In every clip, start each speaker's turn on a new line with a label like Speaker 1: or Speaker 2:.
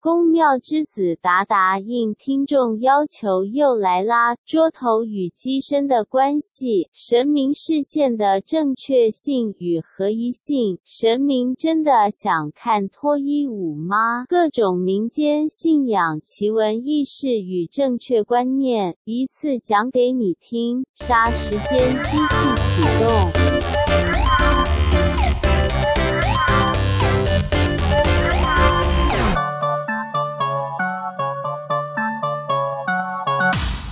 Speaker 1: 宫庙之子达达应听众要求，又来拉桌头与机身的关系、神明视线的正确性与合一性、神明真的想看脱衣舞吗？各种民间信仰奇闻异事与正确观念，一次讲给你听。杀时间机器启动。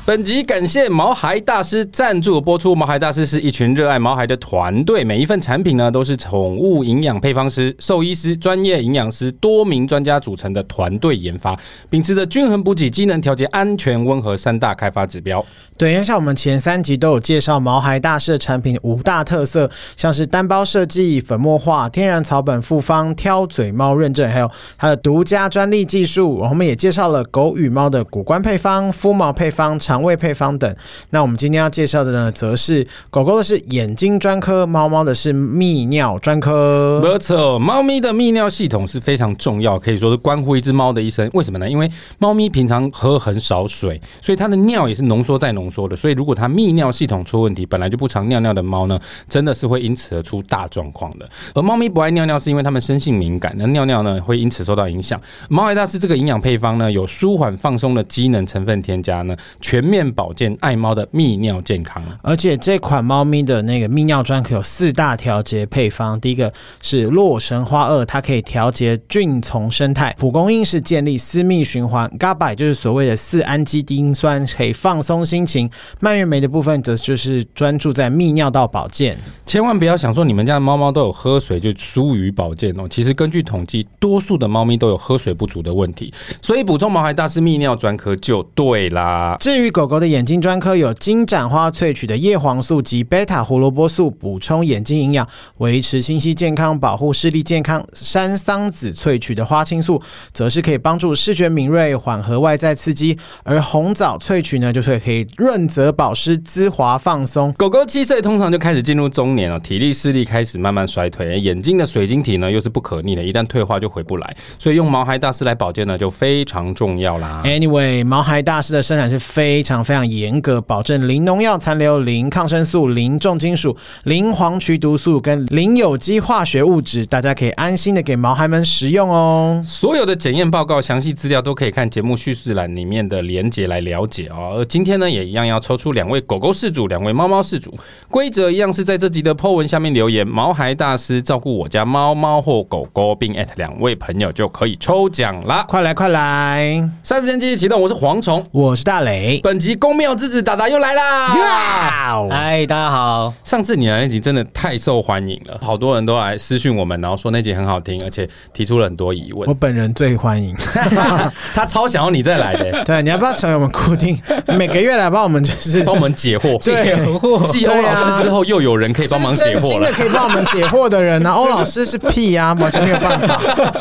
Speaker 2: 本集感谢毛孩大师赞助播出。毛孩大师是一群热爱毛孩的团队，每一份产品呢都是宠物营养配方师、兽医师、专业营养师多名专家组成的团队研发，秉持着均衡补给、机能调节、安全温和三大开发指标。
Speaker 3: 对，因为像我们前三集都有介绍毛孩大师的产品五大特色，像是单包设计、粉末化、天然草本复方、挑嘴猫认证，还有它的独家专利技术。我们也介绍了狗与猫的骨关配方、肤毛配方、肠胃配方等。那我们今天要介绍的呢，则是狗狗的是眼睛专科，猫猫的是泌尿专科。
Speaker 2: 没错，猫咪的泌尿系统是非常重要，可以说是关乎一只猫的一生。为什么呢？因为猫咪平常喝很少水，所以它的尿也是浓缩再浓缩的。所以如果它泌尿系统出问题，本来就不常尿尿的猫呢，真的是会因此而出大状况的。而猫咪不爱尿尿，是因为它们生性敏感，那尿尿呢会因此受到影响。猫爱大师这个营养配方呢，有舒缓放松的机能成分添加呢，全面保健爱猫的泌尿健康。
Speaker 3: 而且这款猫咪的那个泌尿专科有四大调节配方，第一个是洛神花二，它可以调节菌丛生态；蒲公英是建立私密循环；GABA 也就是所谓的四氨基丁酸，可以放松心情；蔓越莓的部分则就是专注在泌尿道保健。
Speaker 2: 千万不要想说你们家的猫猫都有喝水就疏于保健哦。其实根据统计，多数的猫咪都有喝水不足的问题，所以补充毛孩大师泌尿专科就对啦。
Speaker 3: 至于狗狗的眼睛专科有金盏花萃取的叶黄素及贝塔胡萝卜素，补充眼睛营养，维持清晰健康，保护视力健康；山桑子萃取的花青素，则是可以帮助视觉敏锐，缓和外在刺激；而红枣萃取呢，就是可以润泽保湿、滋华放松。
Speaker 2: 狗狗七岁通常就开始进入中年了，哦体力视力开始慢慢衰退，眼睛的水晶体呢又是不可逆的，一旦退化就回不来，所以用毛孩大师来保健呢就非常重要啦。
Speaker 3: Anyway，毛孩大师的生产是非常非常严格，保证零农药残留、零抗生素、零重金属、零黄曲毒素跟零有机化学物质，大家可以安心的给毛孩们食用哦。
Speaker 2: 所有的检验报告、详细资料都可以看节目叙事栏里面的连结来了解哦。而今天呢，也一样要抽出两位狗狗事主、两位猫猫事主，规则一样是在这集的 Po 文下面留言“毛孩大师照顾我家猫猫或狗狗”，并 at 两位朋友就可以抽奖啦。
Speaker 3: 快来快来！
Speaker 2: 三十天机器启动，我是蝗虫。
Speaker 3: 我是大雷。
Speaker 2: 本集公庙之子达达又来啦！
Speaker 3: 哇！
Speaker 4: 嗨，大家好，
Speaker 2: 上次你的那集真的太受欢迎了，好多人都来私讯我们，然后说那集很好听，而且提出了很多疑问
Speaker 3: 我。本人最欢迎。
Speaker 2: 他超想要你再来的、
Speaker 3: 对，你要不要成为我们固定每个月来帮我们就是
Speaker 2: 帮我们解惑。
Speaker 3: 对啊
Speaker 2: 继欧老师之后，又有人可以帮忙
Speaker 3: 就是
Speaker 2: 解
Speaker 3: 真
Speaker 2: 惑
Speaker 3: 心
Speaker 2: 了
Speaker 3: 的。可以帮我们解惑的人呢、啊欧老师是屁呀、完全没有办法。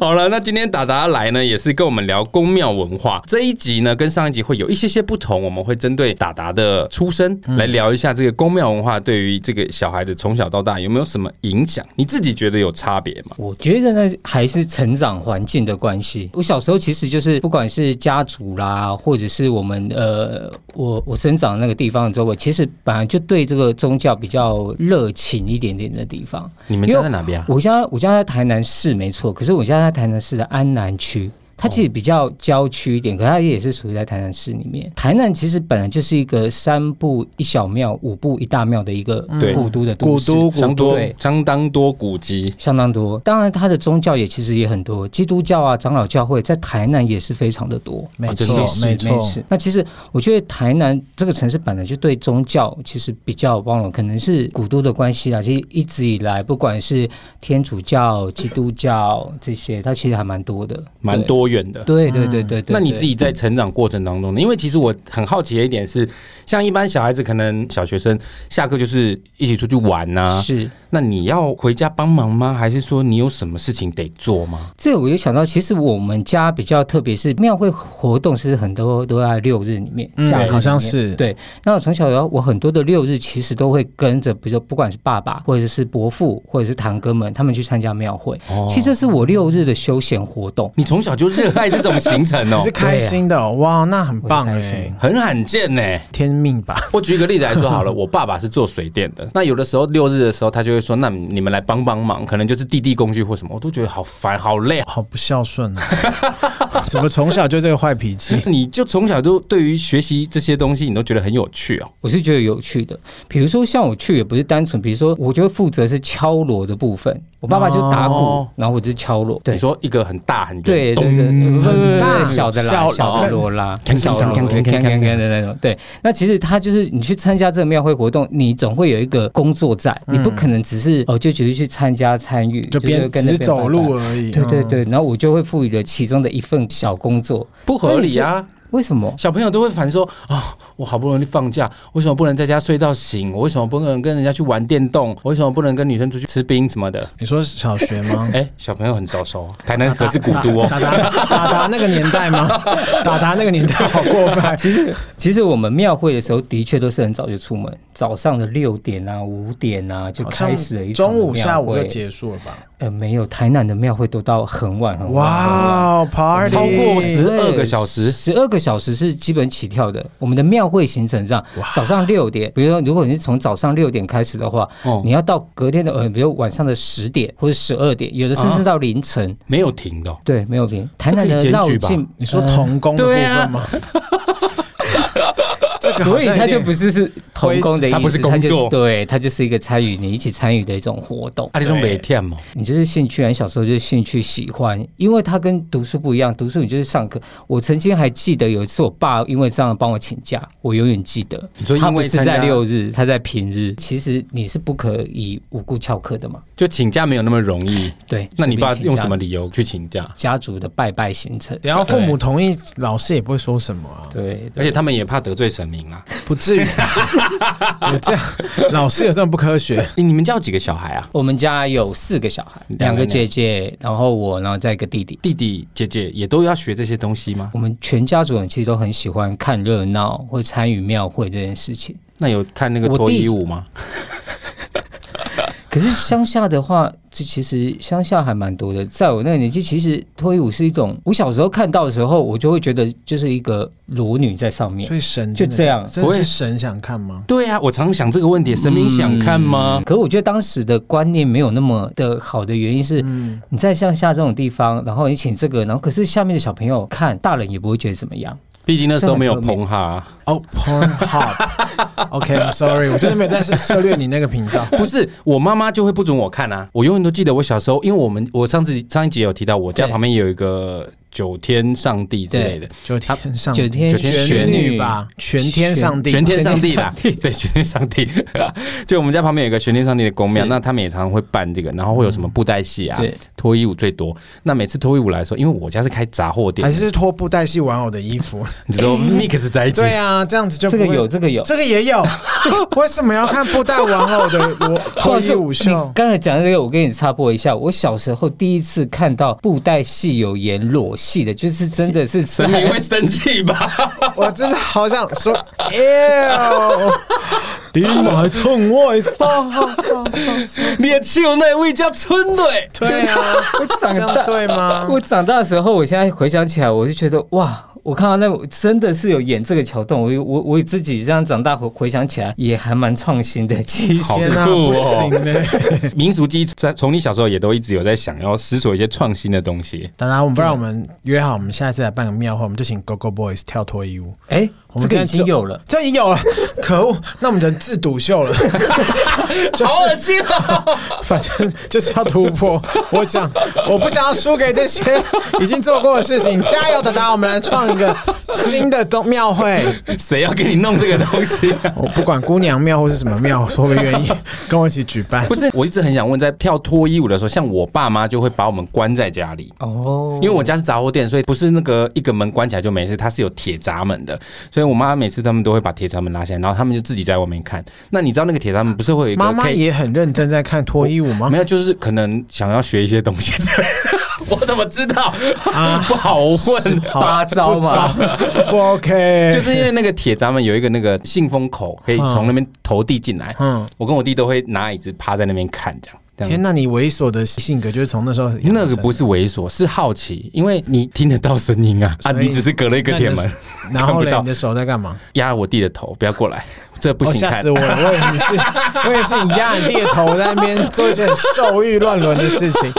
Speaker 2: 好了，那今天达达来呢，也是跟我们聊宫庙文化这一集呢，跟上一集会有一些些不同。我们会针对达达的出身
Speaker 3: 嗯
Speaker 2: 来聊一下这个宫庙文化对于这个小孩的从小到大有没有什么影响？你自己觉得有差别吗？
Speaker 4: 我觉得呢，还是成长环境的关系。我小时候其实就是，不管是家族啦，或者是我们呃，我我生长的那个地方周围，其实本来就对这个宗教比较热情一点点的地方。
Speaker 2: 你们家在哪边啊？
Speaker 4: 我家我家在台南市没错，可是我家在台南市的安南区。它其实比较郊区一点，可它也是属于在台南市里面。台南其实本来就是一个三步一小庙、五步一大庙的一个
Speaker 2: 对
Speaker 4: 古都的都
Speaker 3: 古
Speaker 4: 市。
Speaker 3: 都
Speaker 2: 相
Speaker 3: 古
Speaker 2: 多
Speaker 3: 都，
Speaker 2: 相当多古迹。
Speaker 4: 相当多。当然，它的宗教也其实也很多，基督教啊、长老教会在台南也是非常的多。
Speaker 3: 没
Speaker 2: 真的
Speaker 3: 错
Speaker 2: 是
Speaker 3: 没
Speaker 4: 没
Speaker 3: 错。
Speaker 4: 事。那其实我觉得台南这个城市本来就对宗教其实比较包容，可能是古都的关系啦。其实一直以来，不管是天主教、基督教这些，它其实还蛮多的，
Speaker 2: 蛮多元的。
Speaker 4: 对。对对对对对。
Speaker 2: 那你自己在成长过程当中呢？因为其实我很好奇的一点是，像一般小孩子，可能小学生下课就是一起出去玩啊呐、
Speaker 4: 是
Speaker 2: 那你要回家帮忙吗？还是说你有什么事情得做吗？
Speaker 4: 这个我就想到，其实我们家比较特别，是庙会活动，是不是很多都在六日里面？假日
Speaker 3: 嗯，
Speaker 4: 里
Speaker 3: 好像
Speaker 4: 面
Speaker 3: 是。
Speaker 4: 对，那我从小到我很多的六日其实都会跟着，比如说不管是爸爸或者是伯父或者是堂哥们，他们去参加庙会。
Speaker 2: 哦
Speaker 4: 其实这是我六日的休闲活动。
Speaker 2: 你从小就热爱这种行程哦
Speaker 3: 你是，开心的哦、哇，那很棒
Speaker 4: 我
Speaker 3: 哎、
Speaker 4: 也开心
Speaker 2: 很罕见呢、
Speaker 3: 天命吧？
Speaker 2: 我举一个例子来说好了，我爸爸是做水电的， 那有的时候六日的时候，他就会说：“那你们来帮帮忙，可能就是地地工具或什么。”我都觉得好烦，好累。
Speaker 3: 好不孝顺啊！ 怎么从小就这个坏脾 气？
Speaker 2: 你就从小就对于学习这些东西，你都觉得很有趣哦。
Speaker 4: 我是觉得有趣的。比如说像我去也不是单纯，比如说我就会负责是敲锣的部分，我爸爸就打鼓，
Speaker 2: 哦
Speaker 4: 然后我就敲锣。
Speaker 2: 你
Speaker 4: 对
Speaker 2: 说一个很大很
Speaker 4: 对
Speaker 2: 圆，
Speaker 4: 对
Speaker 2: 咚
Speaker 4: 对，对
Speaker 3: 很大
Speaker 4: 小的啦，
Speaker 3: 小
Speaker 4: 小的锣啦，
Speaker 2: 锵锵
Speaker 4: 小
Speaker 2: 锵
Speaker 4: 的
Speaker 2: 锵锵锵
Speaker 4: 锵锵的那种。对，那其实他就是你去参加这个庙会活动，你总会有一个工作在，你不可能只是哦就只是去参加参与，
Speaker 3: 嗯就是边
Speaker 4: 跟
Speaker 3: 只
Speaker 4: 着
Speaker 3: 是走路
Speaker 4: 拜拜。
Speaker 3: 而已。
Speaker 4: 对对
Speaker 3: 嗯，
Speaker 4: 对，然后我就会赋予了其中的一份小工作，
Speaker 2: 不合理啊！
Speaker 4: 为什么？
Speaker 2: 小朋友都会烦说：“啊、我好不容易放假，为什么不能在家睡到醒？我为什么不能跟人家去玩电动？我为什么不能跟女生出去吃冰什么的
Speaker 3: 你说小学 吗？”？
Speaker 2: 哎、小朋友很招手，台南可是古都 哦。
Speaker 3: 达达达达那个年代吗？达达那个年代好过分。
Speaker 4: 其实，其实我们庙会的时候，的确都是很早就出门，早上的六点啊、五点啊就
Speaker 3: 好像
Speaker 4: 开始了一场的
Speaker 3: 中午、
Speaker 4: 庙
Speaker 3: 下午就
Speaker 4: 会。
Speaker 3: 结束了吧？
Speaker 4: 呃，没有，台南的庙会都到很晚很晚。
Speaker 3: 哇哦，party
Speaker 2: 超过12个小时
Speaker 4: 哎十二个小时是基本起跳的。我们的庙会行程上，早上六点，比如说，如果你是从早上六点开始的话，
Speaker 2: 哦
Speaker 4: 你要到隔天的呃，比如晚上的十点或者十二点，有的甚至到凌晨。
Speaker 2: 没有停的哦、
Speaker 4: 对，没有停。台南
Speaker 2: 这可
Speaker 4: 的
Speaker 2: 以检
Speaker 4: 绕
Speaker 2: 举吧
Speaker 4: 境，
Speaker 3: 你说童工的部
Speaker 2: 对啊
Speaker 3: 分吗？ 这个好像
Speaker 4: 所以
Speaker 3: 有
Speaker 4: 他就
Speaker 3: 点
Speaker 4: 不是是童工的意思，
Speaker 2: 它不是工作
Speaker 4: 它就是对他就是一个参与你一起参与的一种活动。
Speaker 2: 阿里东北天嘛，
Speaker 4: 你就是兴趣，你小时候就是兴趣喜欢，因为它跟读书不一样，读书你就是上课。我曾经还记得有一次，我爸因为这样帮我请假，我永远记得。
Speaker 2: 你说因为
Speaker 4: 他不是
Speaker 2: 参加
Speaker 4: 在六日，他在平日，其实你是不可以无故翘课的嘛。
Speaker 2: 就请假没有那么容易。
Speaker 4: 对，
Speaker 2: 那你爸
Speaker 4: 随便请
Speaker 2: 用
Speaker 4: 假
Speaker 2: 什么？理由去请假？
Speaker 4: 家族的拜拜行程。
Speaker 3: 然后父母同意，老师也不会说什么啊，
Speaker 4: 对，
Speaker 2: 而且他们也怕得罪神明啊。
Speaker 3: 不至 于。有这样，老师有这么不科学？
Speaker 2: 诶你们家有几个小孩啊？
Speaker 4: 我们家有四个小孩，
Speaker 2: 两
Speaker 4: 两
Speaker 2: 个
Speaker 4: 个姐姐，然后我，然后再一个弟弟。
Speaker 2: 弟弟姐姐也都要学这些东西吗？
Speaker 4: 我们全家族人其实都很喜欢看热闹或参与庙会这件事情。
Speaker 2: 那有看那个
Speaker 4: 我弟
Speaker 2: 脱衣舞吗？
Speaker 4: 可是乡下的话，这其实乡下还蛮多的。在我那个年纪，其实脱衣舞是一种，我小时候看到的时候，我就会觉得就是一个裸女在上面
Speaker 3: 所。以神
Speaker 4: 就
Speaker 3: 真的
Speaker 4: 这样
Speaker 3: 真的
Speaker 2: 不
Speaker 3: 是
Speaker 2: 会
Speaker 3: 神想看吗？
Speaker 2: 对啊，我常想这个问题，神明想看吗？
Speaker 4: 嗯可我觉得当时的观念没有那么的好的原因是，
Speaker 3: 嗯
Speaker 4: 你在乡下这种地方，然后你请这个，然后可是下面的小朋友看，大人也不会觉得怎么样。
Speaker 2: 毕竟那时候没有
Speaker 4: 这很
Speaker 2: 棚哈。
Speaker 3: 哦，Pornhub。OK，I'm sorry，我真的没有在涉略你那个频道。
Speaker 2: 不是，我妈妈就会不准我看啊。我永远都记得我小时候，因为我们我上次上一集有提到，我家
Speaker 4: 对
Speaker 2: 旁边有一个九天上帝之类的，
Speaker 3: 九天上
Speaker 4: 九天
Speaker 2: 九天
Speaker 3: 玄
Speaker 2: 玄
Speaker 3: 女吧，全天上帝，
Speaker 2: 全天上帝啦，对，全天上帝。 就我们家旁边有一个全天上帝的宫庙，
Speaker 4: 是
Speaker 2: 那他们也常常会办这个，然后会有什么布袋戏
Speaker 3: 嗯
Speaker 2: 啊
Speaker 4: 对，
Speaker 2: 脱衣舞最多。那每次脱衣舞来的时候，因为我家是开杂货店
Speaker 3: 还，是脱布袋戏玩偶的衣 服？
Speaker 2: 你 知道 mix 在一起，
Speaker 3: 对啊，这样子就
Speaker 4: 这个
Speaker 3: 不会
Speaker 4: 有，这个有。
Speaker 3: 这个也有， 为什么要看布袋玩偶的裸脱衣舞
Speaker 4: 你
Speaker 3: 秀？
Speaker 4: 刚才讲的这个，我跟你插播一下。我小时候第一次看到布袋戏有演裸戏的，就是真的 是
Speaker 2: 神明会生气吧？
Speaker 3: 我真的好想 说，ew，你买痛啊我骚骚骚骚，
Speaker 2: 你的气那位叫村队，
Speaker 3: 对啊，
Speaker 4: 长
Speaker 3: 这样
Speaker 4: 大
Speaker 3: 对吗？
Speaker 2: 哦
Speaker 4: 我长大的时候，我现在回想起来，我就觉得哇，我看到那我真的是有演这个桥段，我我我自己这样长大回回想起来，也还蛮创新的。其实
Speaker 2: 好
Speaker 3: 天哪，
Speaker 2: 酷
Speaker 3: 啊不
Speaker 2: 哦
Speaker 3: 行呢。
Speaker 2: 民俗基础在从你小时候也都一直有在想要思索一些创新的东 西。
Speaker 3: 达达，我们不然我们约好，我们下一次来办个庙会，我们就请 Go Go Boys 跳脱衣舞。
Speaker 4: 哎、
Speaker 3: 我
Speaker 4: 这
Speaker 3: 们
Speaker 4: 个
Speaker 3: 现在
Speaker 4: 已
Speaker 3: 就
Speaker 4: 经有了。
Speaker 3: 这已有了， 可恶！那我们只能自赌秀了。
Speaker 2: 好恶心啊！
Speaker 3: 反正就是要突破。我想，我不想要输给这些已经做过的事情。加油，达达！我们来创一个新的东庙会。
Speaker 2: 谁要给你弄这个东西、啊？
Speaker 3: 我不管姑娘庙或是什么庙，我会不会愿意跟我一起举办
Speaker 2: 不？是，我一直很想问，在跳脱衣舞的时候，像我爸妈就会把我们关在家里。
Speaker 4: 哦
Speaker 2: 因为我家是杂货店，所以不是那个一个门关起来就没事，它是有铁闸门的，所以我妈每次他们都会把铁闸门拉下来，然后他们就自己在外面看。那你知道那个铁闸门不是会有一个
Speaker 3: 妈妈
Speaker 2: 可以
Speaker 3: 也很认真在看脱衣舞吗
Speaker 2: 没？有，就是可能想要学一些东西。 我怎么知道？
Speaker 3: 啊
Speaker 2: 不好问。
Speaker 3: 好
Speaker 4: 八招嘛
Speaker 3: 不招 不 OK，
Speaker 2: 就是因为那个铁闸门有一个那个信封口，可以从那边投递进来。
Speaker 3: 嗯
Speaker 2: 我跟我弟都会拿椅子趴在那边看，这样这样
Speaker 3: 天，那你猥琐的性格就是从那时候
Speaker 2: 那个不
Speaker 3: 是
Speaker 2: 是猥琐，是好奇，因为你听得到声音啊啊！
Speaker 3: 所以
Speaker 2: 你只是隔了一个铁门，
Speaker 3: 然后
Speaker 2: 看不
Speaker 3: 嘞，
Speaker 2: 到
Speaker 3: 你的手在干嘛？
Speaker 2: 压我弟的头，不要过来，这 不
Speaker 3: 哦，
Speaker 2: 行
Speaker 3: 吓
Speaker 2: 看
Speaker 3: 死。我了！我也是，我也是一样，你的头在那边做一些很兽欲乱伦的事情。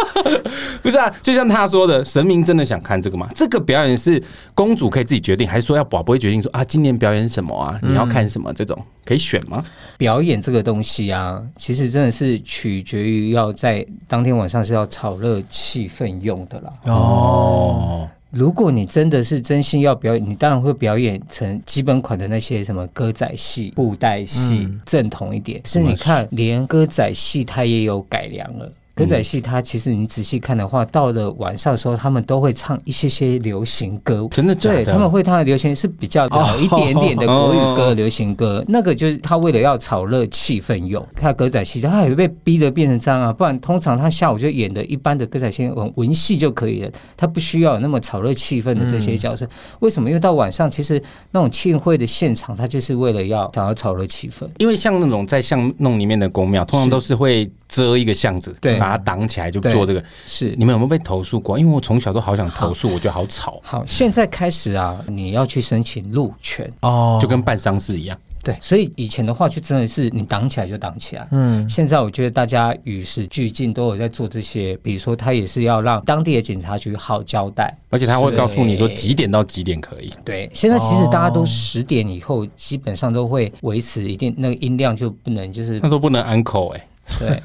Speaker 2: 不是啊，就像他说的，神明真的想看这个吗？这个表演是公主可以自己决定，还是说要宝宝决定说啊，今年表演什么啊？你要看什么？这种可以选吗？
Speaker 4: 表演这个东西啊，其实真的是取决于要在当天晚上是要炒热气氛用的啦。
Speaker 2: 哦，
Speaker 4: 如果你真的是真心要表演，你当然会表演成基本款的那些什么歌仔戏、布袋戏，正统一
Speaker 2: 嗯
Speaker 4: 点。是你看，连歌仔戏它也有改良了。歌仔戏它其实你仔细看的话，到了晚上的时候，他们都会唱一些些流行歌，
Speaker 2: 真的假的哦
Speaker 4: 对，他们会唱的流行是比较老一点点的国语歌、流行歌，那个就是他为了要炒热气氛用。看歌仔戏，他也被逼得变成这样啊，不然通常他下午就演的一般的歌仔戏文文戏就可以了，他不需要有那么炒热气氛的这些角色。为什么？因为到晚上其实那种庆会的现场，他就是为了要想要炒热气氛。
Speaker 2: 因为像那种在巷弄里面的宫庙，通常
Speaker 4: 是
Speaker 2: 都是会遮一个巷子，
Speaker 4: 对
Speaker 2: 把它挡起来就
Speaker 4: 对
Speaker 2: 做这个。
Speaker 4: 是
Speaker 2: 你们有没有被投诉过？因为我从小都好想投诉，我觉得好吵，
Speaker 4: 好，现在开始啊，你要去申请路权。
Speaker 3: 哦，
Speaker 2: 就跟办丧事一样。
Speaker 4: 对，所以以前的话就真的是你挡起来就挡起来，
Speaker 3: 嗯，
Speaker 4: 现在我觉得大家与时俱进，都有在做这些，比如说他也是要让当地的警察局好交代。
Speaker 2: 而且他会
Speaker 4: 是
Speaker 2: 告诉你说几点到几点可以。
Speaker 4: 对，现在其实大家
Speaker 3: 哦
Speaker 4: 都十点以后，基本上都会维持一定那个音量，就不能就是
Speaker 2: 那都不能安口哎、
Speaker 4: 对。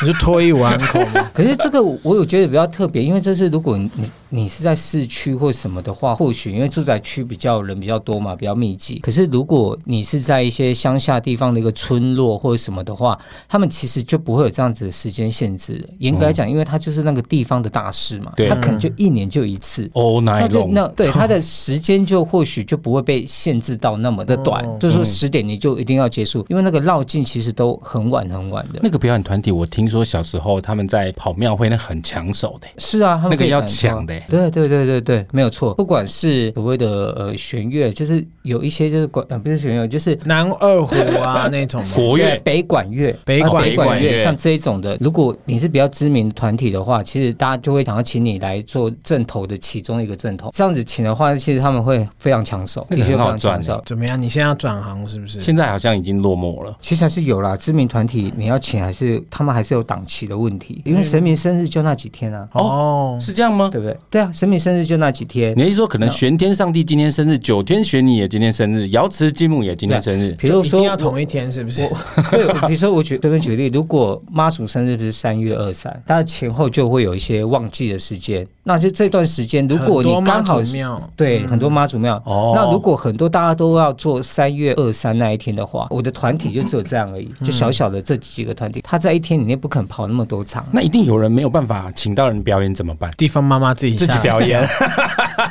Speaker 3: 你就脱衣舞安口嘛。
Speaker 4: 可是这个我有觉得比较特别，因为这是如果你你你是在市区或什么的话，或许因为住宅区比较人比较多嘛，比较密集。可是如果你是在一些乡下地方的一个村落或者什么的话，他们其实就不会有这样子的时间限制了。严格来讲，因为它就是那个地方的大事嘛，
Speaker 2: 对
Speaker 4: 它可能就一年就一次。
Speaker 2: all
Speaker 4: 那
Speaker 2: night
Speaker 4: 就
Speaker 2: long。
Speaker 4: 那 对它的时间就或许就不会被限制到那么的短，
Speaker 3: 哦
Speaker 2: 嗯
Speaker 4: 就是说十点你就一定要结束，因为那个绕境其实都很晚很晚的。
Speaker 2: 那个表演团体，我听说小时候他们在跑庙会，那很抢手的、
Speaker 4: 是啊，他们
Speaker 2: 那个
Speaker 4: 可以
Speaker 2: 要
Speaker 4: 感受
Speaker 2: 抢的欸
Speaker 4: 对对对对对，没有错。不管是所谓的呃弦乐，就是有一些就是管呃不是弦乐，就是
Speaker 3: 南二胡啊那种嘛，
Speaker 2: 国
Speaker 4: 对
Speaker 2: 乐
Speaker 4: 北管乐、
Speaker 3: 北管
Speaker 4: 啊北
Speaker 2: 北管
Speaker 4: 管
Speaker 2: 乐
Speaker 4: 乐，像这一种的，如果你是比较知名的团体的话，其实大家就会想要请你来做正头的其中一个正头。这样子请的话，其实他们会非常抢手，
Speaker 2: 那
Speaker 4: 的
Speaker 2: 个
Speaker 4: 确
Speaker 2: 很
Speaker 4: 非
Speaker 2: 好
Speaker 4: 常
Speaker 2: 赚
Speaker 4: 抢手。
Speaker 3: 怎么样？你现在要转行是不是？
Speaker 2: 现在好像已经落寞了。
Speaker 4: 其实还是有啦，知名团体你要请还是他们还是有档期的问题，因为神明生日就那几天啊，
Speaker 3: 嗯哦，
Speaker 2: 是这样吗？
Speaker 4: 对不对？对啊，神明生日就那几天，
Speaker 2: 你是说可能玄天上帝今天生日，九天玄女也今天生日，瑶池金母也今天生日？
Speaker 4: 比如
Speaker 3: 一定
Speaker 4: 说
Speaker 3: 要同一天是不是？
Speaker 4: 对，我比如说我举这边举例，如果妈祖生日不是三月二三，它前后就会有一些旺季的时间，那就这段时间，如果
Speaker 3: 很多
Speaker 4: 你
Speaker 3: 妈
Speaker 4: 刚
Speaker 3: 祖
Speaker 4: 好是
Speaker 3: 庙嗯
Speaker 4: 对、很多妈祖庙，
Speaker 2: 哦
Speaker 4: 那如果很多大家都要做三月二三那一天的话，我的团体就只有这样而已，就小小的这几个团
Speaker 3: 嗯
Speaker 4: 体，他在一天里面不肯跑那么多场。
Speaker 2: 那一定有人没有办法请到人表演，怎么办？
Speaker 3: 地方妈妈自己
Speaker 2: 自己
Speaker 3: 下来
Speaker 2: 表 演，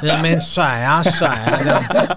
Speaker 3: 在那边甩啊甩啊这样子，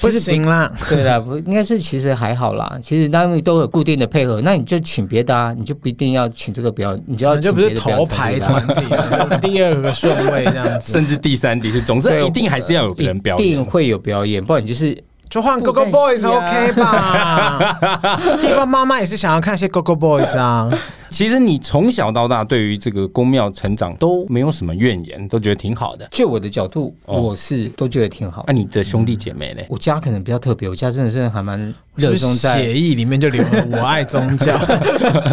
Speaker 3: 不
Speaker 4: 不是
Speaker 3: 行啦。
Speaker 4: 对啦，不应该是其实还好啦，其实他们都有固定的配合，那你就请别的啊，你就不一定要请这个表演，你就
Speaker 3: 可
Speaker 4: 要
Speaker 3: 能就
Speaker 4: 请
Speaker 3: 不
Speaker 4: 别
Speaker 3: 是
Speaker 4: 的表
Speaker 3: 头
Speaker 4: 演团
Speaker 3: 牌
Speaker 4: 体啦
Speaker 3: 团体啊，就是第二个顺位这样 子，
Speaker 2: 甚至第三、第四，总之
Speaker 4: 对
Speaker 2: 一定还是要有人表
Speaker 4: 一
Speaker 2: 演
Speaker 4: 定。会有表演，不然你就是
Speaker 3: 就换 Go Go
Speaker 4: 不认
Speaker 3: Boys
Speaker 4: 识啊
Speaker 3: OK 吧？地方妈妈也是想要看一些 Go Go Boys 啊，
Speaker 2: 其实你从小到大对于这个宫庙成长都没有什么怨言，都觉得挺好的。
Speaker 4: 就我的角度，
Speaker 2: 哦
Speaker 4: 我是都觉得挺好。
Speaker 3: 啊
Speaker 2: 那、你的兄弟姐妹嘞？
Speaker 4: 我家可能比较特别，我家真的是还蛮
Speaker 3: 是
Speaker 4: 热
Speaker 3: 不是
Speaker 4: 衷在
Speaker 3: 协议里面就留了我爱宗教，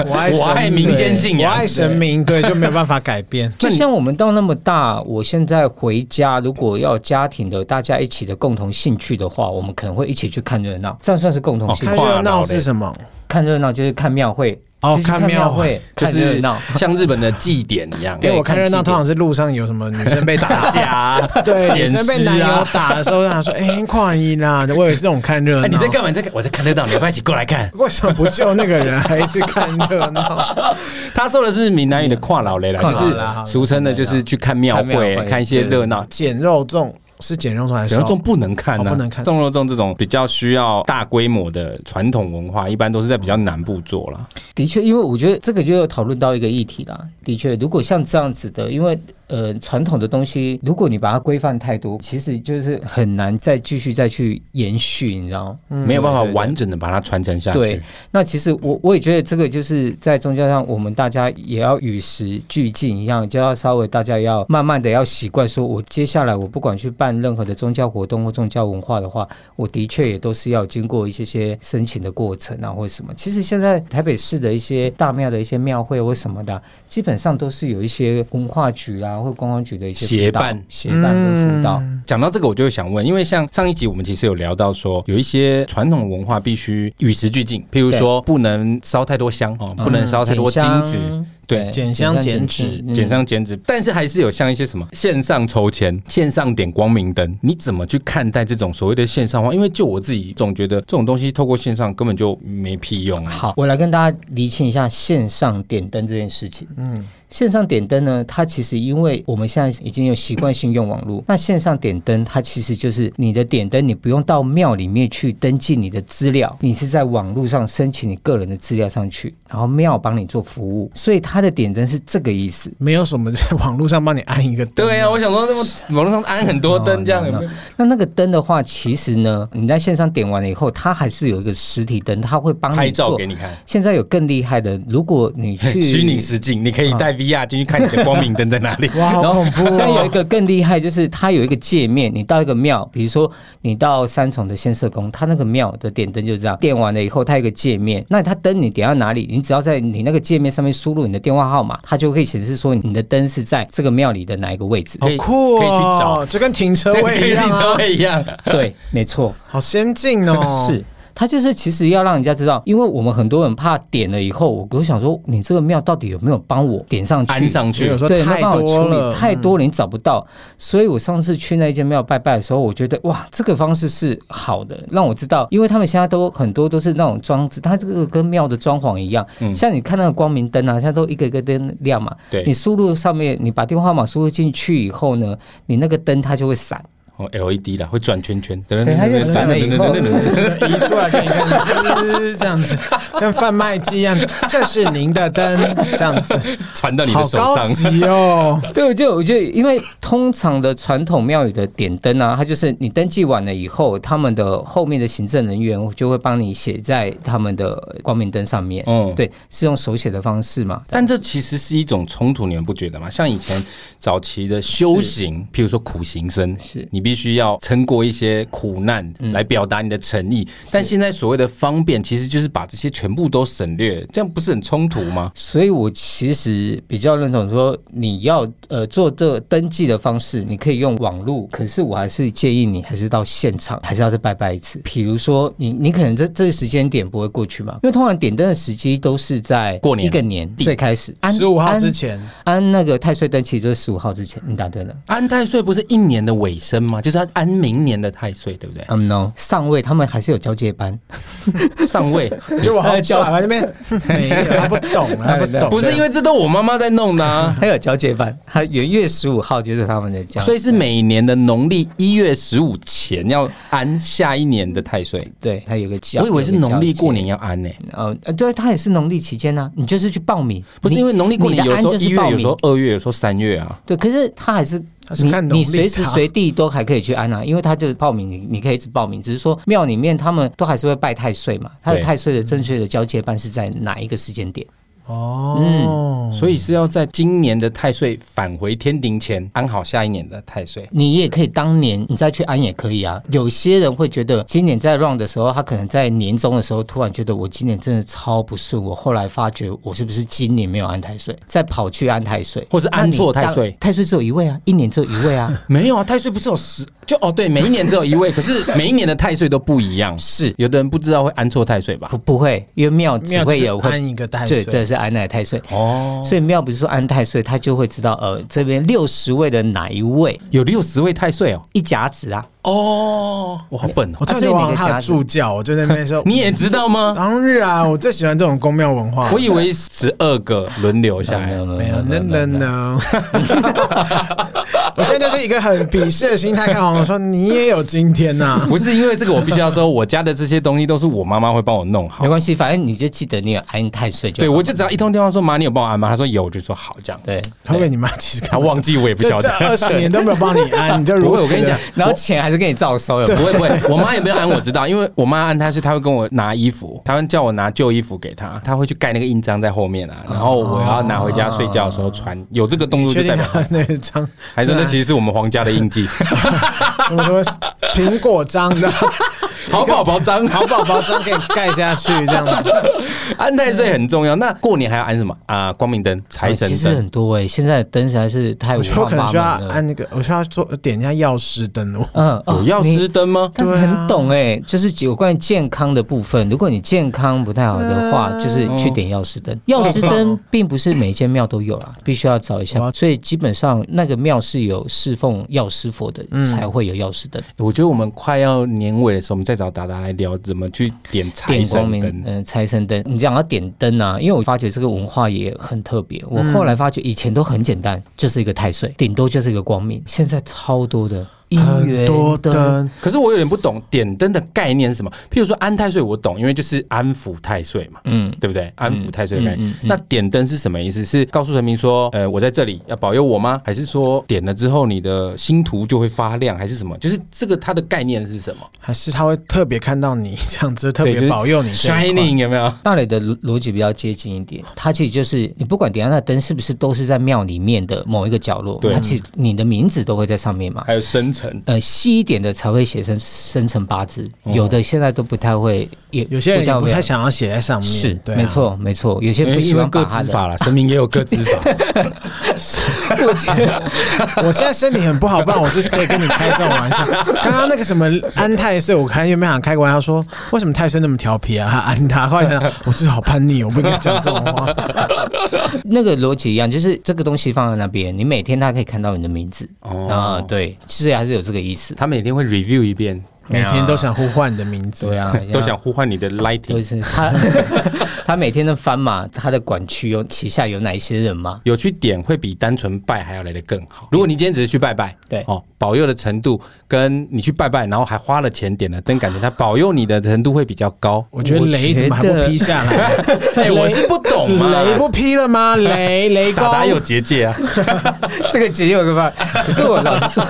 Speaker 3: 我爱神
Speaker 2: 我爱民间信仰
Speaker 3: 我爱神明，对，就没有办法改变。
Speaker 4: 就像我们到那么大，我现在回家，如果要家庭的大家一起的共同兴趣的话，我们可能会一起去看热闹，这样算是共同兴
Speaker 2: 哦
Speaker 4: 趣。
Speaker 3: 看热闹是什么？
Speaker 4: 看热闹就是看庙会，
Speaker 3: 哦
Speaker 4: 就是
Speaker 3: 看
Speaker 4: 看
Speaker 3: 庙
Speaker 4: 庙
Speaker 3: 会
Speaker 4: 会，
Speaker 2: 就
Speaker 4: 看热
Speaker 2: 是
Speaker 4: 闹。
Speaker 2: 像日本的祭典一样，哎
Speaker 3: 因为我
Speaker 4: 看
Speaker 3: 看热闹，
Speaker 4: 祭典
Speaker 3: 通常是路上有什么女生被打架啊，对，女
Speaker 2: 捡尸啊
Speaker 3: 生被男友打的时候，他说：“哎，跨一啦！”我有这种看热
Speaker 2: 哎、
Speaker 3: 闹。
Speaker 2: 你在干嘛？你在干我在看得到，你要不要一起过来 看？
Speaker 3: 为什么不救那个人，还一直看热闹？
Speaker 2: 他说的是闽南语的跨老雷啦，
Speaker 4: 跨
Speaker 2: 就
Speaker 4: 老
Speaker 3: 雷啦
Speaker 2: 是俗称的，就是去看庙
Speaker 4: 看庙
Speaker 2: 会、
Speaker 4: 会
Speaker 2: 看一些热闹。
Speaker 3: 捡肉粽是捡肉粽还是
Speaker 2: 然后
Speaker 3: 烧
Speaker 2: 这种不能看呢、
Speaker 3: 哦不能看
Speaker 2: 粽肉粽这种比较需要大规模的传统文化，一般都是在比较南部做啦。
Speaker 4: 的确，因为我觉得这个就有讨论到一个议题啦。的确，如果像这样子的，因为呃传统的东西，如果你把它规范太多，其实就是很难再继续再去延续，你知道吗？
Speaker 2: 没有办法
Speaker 4: 对对对
Speaker 2: 完整的把它传承下
Speaker 4: 对
Speaker 2: 去。，
Speaker 4: 那其实我我也觉得这个就是在宗教上，我们大家也要与时俱进一样，就要稍微大家要慢慢的要习惯，说我接下来我不管去办任何的宗教活动或宗教文化的话，我的确也都是要经过一些些申请的过程啊，或者什么。其实现在台北市的一些大庙的一些庙会或什么的啊，基本上都是有一些文化局啊或观光局的一些
Speaker 2: 协
Speaker 4: 辅导
Speaker 2: 办
Speaker 4: 协办跟辅导。
Speaker 2: 讲到这个，我就会想问，因为像上一集我们其实有聊到说，有一些传统文化必须与时俱进，譬如说不能烧太多香哦，
Speaker 4: 嗯
Speaker 2: 不能烧太多金子，对
Speaker 3: 减香减脂
Speaker 4: 嗯
Speaker 2: 减香减脂，但是还是有像一些什么线上筹钱、线上点光明灯，你怎么去看待这种所谓的线上化？因为就我自己总觉得这种东西透过线上根本就没屁用啊。
Speaker 4: 好，我来跟大家厘清一下线上点灯这件事情。嗯，线上点灯呢，它其实因为我们现在已经有习惯性用网络，那线上点灯它其实就是你的点灯，你不用到庙里面去登记你的资料，你是在网络上申请你个人的资料上去，然后庙帮你做服务，所以它的点灯是这个意思。
Speaker 3: 没有什么在网络上帮你按一个 灯
Speaker 2: 对啊，我想说，那么网络上安很多灯，这样有没有？
Speaker 4: 哦那那个灯的话，其实呢，你在线上点完了以后，它还是有一个实体灯，它会帮你
Speaker 2: 拍照
Speaker 4: 做
Speaker 2: 给你看，
Speaker 4: 现在有更厉害的，如果你去
Speaker 2: 虚拟实境，你可以带 VR 进去看你的光明灯在 哪里。
Speaker 3: 哇，好恐怖
Speaker 4: 现在有一
Speaker 3: 哦！
Speaker 4: 个更厉害，就是它有一个界面，你到一个庙，比如说你到三重的仙社宫，它那个庙的点灯就是这样，点完了以后，它有一个界面，那它灯你点到哪里，你只要在你那个界面上面输入你的电话号码，它就可以显示说你的灯是在这个庙里的哪一个位置。
Speaker 3: 好
Speaker 2: 可以
Speaker 3: 酷哦！
Speaker 2: 可以去找，
Speaker 3: 就跟停车
Speaker 2: 对，
Speaker 3: 位一样
Speaker 2: 跟
Speaker 3: 啊
Speaker 2: 车，位一样。
Speaker 4: 对，没错，
Speaker 3: 好先进 哦！
Speaker 4: 是。它就是其实要让人家知道，因为我们很多人怕点了以后，我我想说，你这个庙到底有没有帮我点上去？
Speaker 2: 安上
Speaker 3: 所以
Speaker 2: 去
Speaker 3: 有，时候
Speaker 4: 对，
Speaker 3: 太
Speaker 4: 没办法
Speaker 3: 多
Speaker 4: 处理
Speaker 3: 了，嗯
Speaker 4: 太多了，你找不到。所以我上次去那间庙拜拜的时候，我觉得哇，这个方式是好的，让我知道，因为他们现在都很多都是那种装置，它这个跟庙的装潢一样，
Speaker 3: 嗯
Speaker 4: 像你看那个光明灯啊，现在都一个一个灯亮嘛，
Speaker 2: 对
Speaker 4: 你输入上面，你把电话号码输入进去以后呢，你那个灯它就会闪，
Speaker 2: 哦 LED 啦，会转圈圈，等
Speaker 4: 对它就闪了以后
Speaker 3: 就移嗯出来给你看，滋这 样子，跟贩卖机一样，这是您的灯，这样子，
Speaker 2: 传到你的
Speaker 3: 好
Speaker 2: 手
Speaker 3: 高
Speaker 2: 上。
Speaker 3: 级哦！
Speaker 4: 对，我就我就因为通常的传统庙宇的点灯啊，它就是你登记完了以后，他们的后面的行政人员就会帮你写在他们的光明灯上面。
Speaker 2: 嗯
Speaker 4: 对，是用手写的方式嘛。
Speaker 2: 但这其实是一种冲突，你们不觉得吗？像以前早期的修行，譬如说苦行僧，
Speaker 4: 是
Speaker 2: 你必须要撑过一些苦难来表达你的诚意。但现在所谓的方便，其实就是把这些全部都省略，这样不是很冲突吗？
Speaker 4: 所以我其实比较认同说，你要呃做这个登记的方式，你可以用网络，可是我还是建议你还是到现场，还是要再拜拜一次。比如说你你可能这这个时间点不会过去嘛，因为通常点灯的时机都是在
Speaker 2: 过年
Speaker 4: 一个年最开始，安
Speaker 3: 十五号之
Speaker 4: 安
Speaker 3: 前，
Speaker 4: 安那个太岁灯其实就是十五号之前，你答对了。
Speaker 2: 安太岁不是一年的尾声吗？就是要安明年的太岁，对不 对？
Speaker 4: 嗯、no，上位他们还是有交接班，
Speaker 2: 上位
Speaker 3: 就往后
Speaker 4: 叫
Speaker 3: 转，那边 没有，他不懂，他不懂，
Speaker 2: 不是因为这都我妈妈在弄的啊。
Speaker 4: 还有交接班，他元月十五号就是他们的交，
Speaker 2: 所以是每年的农历一月十五前要安下一年的太岁，
Speaker 4: 对他有个交，
Speaker 2: 我以为是农历过年
Speaker 4: 有
Speaker 2: 要安呢、
Speaker 4: 个交接，呃呃，对，他也是农历期间呢、你就是去报名，
Speaker 2: 不是
Speaker 4: 你
Speaker 2: 因为农历过年
Speaker 4: 你
Speaker 2: 有
Speaker 4: 的
Speaker 2: 时
Speaker 4: 安
Speaker 2: 候
Speaker 4: 就
Speaker 2: 一
Speaker 4: 是
Speaker 2: 月，
Speaker 4: 报
Speaker 2: 有时候
Speaker 4: 名，
Speaker 2: 二月，有时候三月啊。
Speaker 4: 对，可是他还是
Speaker 3: 他是
Speaker 4: 你
Speaker 3: 看农历
Speaker 4: 你随时
Speaker 3: 卡
Speaker 4: 随地都还可以去安啊，因为他就是报名，你你可以一直报名，只是说庙里面他们都还是会拜太岁嘛，他的
Speaker 2: 对
Speaker 4: 太岁的正确的交接班是在哪一个时间点？
Speaker 3: 哦，
Speaker 2: 所以是要在今年的太岁返回天庭前安好下一年的太岁。
Speaker 4: 你也可以当年你再去安也可以啊。有些人会觉得今年在 run 的时候，他可能在年终的时候突然觉得我今年真的超不顺，我后来发觉我是不是今年没有安太岁，再跑去安太岁，
Speaker 2: 或是安错太岁
Speaker 4: 那你当太岁只有一位啊，一年只有一位 啊。
Speaker 2: 没有啊，太岁不是有十就哦，对，每一年只有一 位，可是每一年的太岁都不一样。
Speaker 4: 是
Speaker 2: 有的人不知道会安错太岁吧
Speaker 4: 不？不会，因为庙只
Speaker 3: 庙
Speaker 4: 会
Speaker 3: 只
Speaker 4: 有会，
Speaker 3: 安一个太
Speaker 4: 对，
Speaker 3: 岁，
Speaker 4: 这是安奶太岁。
Speaker 2: 哦，
Speaker 4: 所以庙不是说安太岁，他就会知道，呃，这边六十位的哪一位
Speaker 2: 有六十位太岁哦。
Speaker 4: 一甲子啊，
Speaker 2: 哦，我好笨
Speaker 3: 我
Speaker 2: 哦，
Speaker 3: 特别
Speaker 4: 啊所以
Speaker 3: 往
Speaker 4: 每个
Speaker 3: 他
Speaker 4: 家
Speaker 3: 的
Speaker 4: 族
Speaker 3: 助教，我就在那边说
Speaker 2: ，你也知道吗？
Speaker 3: 当日啊，我最喜欢这种宫庙文化
Speaker 2: 我。以为十二个轮流下来。
Speaker 3: 没有，no no no！我现在就是一个很鄙视的心态看王，我说你也有今天呐、
Speaker 2: 不是因为这个，我必须要说，我家的这些东西都是我妈妈会帮我弄好
Speaker 4: 没。关系，反正你就记得你有安太岁就好。
Speaker 2: 对，我就只只要一通电话说妈，你有帮我按吗？他说有，我就说好这样。
Speaker 4: 对，
Speaker 3: 会不会你妈其实
Speaker 2: 他
Speaker 3: 看
Speaker 2: 忘记我也不
Speaker 3: 这
Speaker 2: 晓
Speaker 3: 这
Speaker 2: 得。
Speaker 3: 二十 年都没有帮你按，你就
Speaker 2: 不
Speaker 3: 如
Speaker 2: 会，
Speaker 3: 此
Speaker 2: 我跟你
Speaker 3: 的
Speaker 2: 讲，
Speaker 4: 然后钱还是给你照收，有没有
Speaker 2: 不会不会，我妈也没有按我知道，因为我妈按她是她会跟我拿衣服，她会叫我拿旧衣服给她，她会去盖那个印章在后面
Speaker 4: 哦
Speaker 2: 啊，然后我要拿回家睡觉的时候穿，有这个动作
Speaker 3: 确
Speaker 2: 就代
Speaker 3: 定
Speaker 2: 表，
Speaker 3: 他那一张
Speaker 2: 还说那其实是我们皇家的印 记，
Speaker 3: 什么什么苹果章的
Speaker 2: 好宝宝章，
Speaker 3: 好宝宝章给你盖下去这样子，
Speaker 2: 安太岁很重要。那过年还要安什么啊？光明灯、财神
Speaker 4: 其实
Speaker 2: 灯。
Speaker 4: 很多哎、现在的灯实在是太
Speaker 3: 我
Speaker 4: 五
Speaker 3: 觉得我
Speaker 4: 花
Speaker 3: 可能
Speaker 4: 八
Speaker 3: 需要
Speaker 4: 门了。
Speaker 3: 按那个，我需要做点一下药师灯哦。
Speaker 4: 嗯，哦
Speaker 2: 有药
Speaker 4: 你
Speaker 2: 师灯吗？
Speaker 4: 但
Speaker 3: 对啊
Speaker 4: 很懂哎、就是有关于健康的部分。如果你健康不太好的话，
Speaker 3: 嗯
Speaker 4: 就是去点药师
Speaker 3: 哦
Speaker 4: 灯。药师灯并不是每一间庙都有 啦，必须要找一下
Speaker 3: 哇。
Speaker 4: 所以基本上那个庙是有侍奉药师佛的，才会有药师灯、
Speaker 2: 我觉得我们快要年尾的时候，我们再找达达来聊怎么去点财
Speaker 4: 点光
Speaker 2: 神
Speaker 4: 明
Speaker 2: 灯。
Speaker 4: 嗯、财神灯。你讲要点灯啊，因为我发觉这个文化也很特别。我
Speaker 3: 嗯
Speaker 4: 后来发觉以前都很简单，就是一个太岁，顶多就是一个光明。现在超多的姻
Speaker 3: 很
Speaker 4: 缘
Speaker 3: 多灯，
Speaker 2: 可是我有点不懂点灯的概念是什么。譬如说安太岁，我懂，因为就是安抚太岁嘛，
Speaker 4: 嗯，
Speaker 2: 对不对？安抚太岁的概念。
Speaker 4: 嗯嗯嗯
Speaker 2: 那点灯是什么意思？是告诉神明说，呃，我在这里要保佑我吗？还是说点了之后你的星途就会发亮，还是什么？就是这个它的概念是什么？
Speaker 3: 还是他会特别看到你这样子，特
Speaker 2: 对，就
Speaker 3: 别
Speaker 2: 是
Speaker 3: 保佑你
Speaker 4: 嗯
Speaker 3: 这一块
Speaker 2: shining 有没有？
Speaker 4: 大磊的逻逻辑比较接近一点，它其实就是你不管点下那灯是不是都是在庙里面的某一个角落，
Speaker 2: 对
Speaker 4: 它其实你的名字都会在上面
Speaker 3: 哎
Speaker 4: 嘛。
Speaker 2: 还有生辰，
Speaker 4: 呃，细一点的才会写成生辰八字，有的现在都不太会，也
Speaker 3: 哦有些人也不太
Speaker 4: 会
Speaker 3: 想要写在上面，啊
Speaker 4: 是，
Speaker 3: 对、
Speaker 4: 没。错没错，有些
Speaker 2: 因
Speaker 4: 不
Speaker 2: 为
Speaker 4: 喜
Speaker 2: 因为
Speaker 4: 欢
Speaker 2: 各
Speaker 4: 把它
Speaker 2: 执
Speaker 4: 的
Speaker 2: 法啦，神明也有各执法。
Speaker 3: 我现在身体很不好，不然我是可以跟你开这种玩笑。刚刚那个什么安太岁，我看原本想开个玩笑说，为什么太岁那么调皮啊？他安他，后来想想，我是好叛逆，我不应该讲这种话。
Speaker 4: 那个逻辑一样，就是这个东西放在那边，你每天它可以看到你的名字啊、
Speaker 2: 哦
Speaker 4: 对，其实还是有这个意思。
Speaker 2: 他每天会 review 一遍，
Speaker 3: 每天都想呼唤你的名字，。
Speaker 4: 对啊，
Speaker 2: 都想呼唤你的
Speaker 4: 就
Speaker 2: lighting。
Speaker 4: 是 他，他每天都翻嘛，他的管区有旗下有哪一些人嘛？
Speaker 2: 有去点会比单纯拜还要来的更好。如果你今天只是去拜拜，
Speaker 4: 对
Speaker 2: 哦，保佑的程度跟你去拜拜，然后还花了钱点了灯，感觉它保佑你的程度会比较高
Speaker 3: 我觉得雷怎么还不劈下来？
Speaker 2: 哎，我是不懂嘛，
Speaker 3: 雷不劈了吗？雷雷公
Speaker 2: 打打有结界 啊，
Speaker 4: 这个节有个办法，可是我老实说。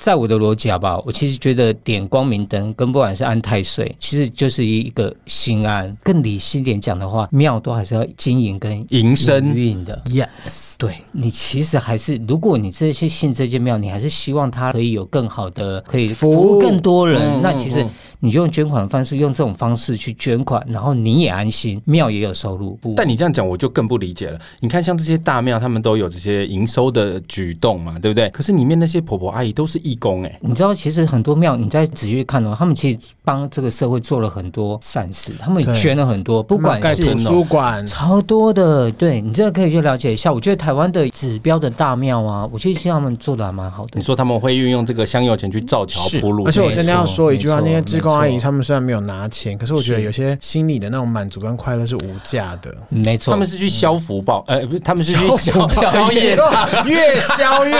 Speaker 4: 在我的逻辑好不好？我其实觉得点光明灯跟不管是安太岁，其实就是一个心安。更理性一点讲的话，庙都还是要经营跟
Speaker 2: 营生
Speaker 4: 营运的。
Speaker 3: yes，
Speaker 4: 对你其实还是，如果你这些信这间庙，你还是希望它可以有更好的，可以服
Speaker 3: 服务
Speaker 4: 务更多人。
Speaker 2: 嗯
Speaker 4: 那
Speaker 2: 嗯
Speaker 4: 其实
Speaker 2: 嗯
Speaker 4: 你用捐款的方式，用这种方式去捐款，然后你也安心，庙也有收入。不
Speaker 2: 但你这样讲，我就更不理解了。你看，像这些大庙，他们都有这些营收的举动嘛，对不对？可是里面那些婆婆阿姨都是义工、哎，
Speaker 4: 你知道，其实很多庙，你在紫月看到、他们其实帮这个社会做了很多善事，他们
Speaker 3: 对
Speaker 4: 也捐了很多，不管
Speaker 3: 盖
Speaker 4: 是
Speaker 3: 图书馆，
Speaker 4: 超多的。对你这个可以去了解一下。我觉得台湾的指标的大庙啊，我觉得他们做的还蛮好的
Speaker 2: 你。说他们会运用这个香油钱去造桥
Speaker 4: 是
Speaker 2: 铺路，
Speaker 3: 而且我
Speaker 4: 没
Speaker 3: 真的要
Speaker 4: 错
Speaker 3: 说一句话，那
Speaker 4: 没错
Speaker 3: 些志工阿姨
Speaker 4: 没错
Speaker 3: 她们虽然没有拿钱，可是我觉得
Speaker 4: 是
Speaker 3: 有些心里的那种满足跟快乐是无价的。
Speaker 4: 没错，
Speaker 2: 他们是去消福报，呃，不是，他们是去
Speaker 3: 嗯消
Speaker 2: 消消业障，
Speaker 3: 说越消越，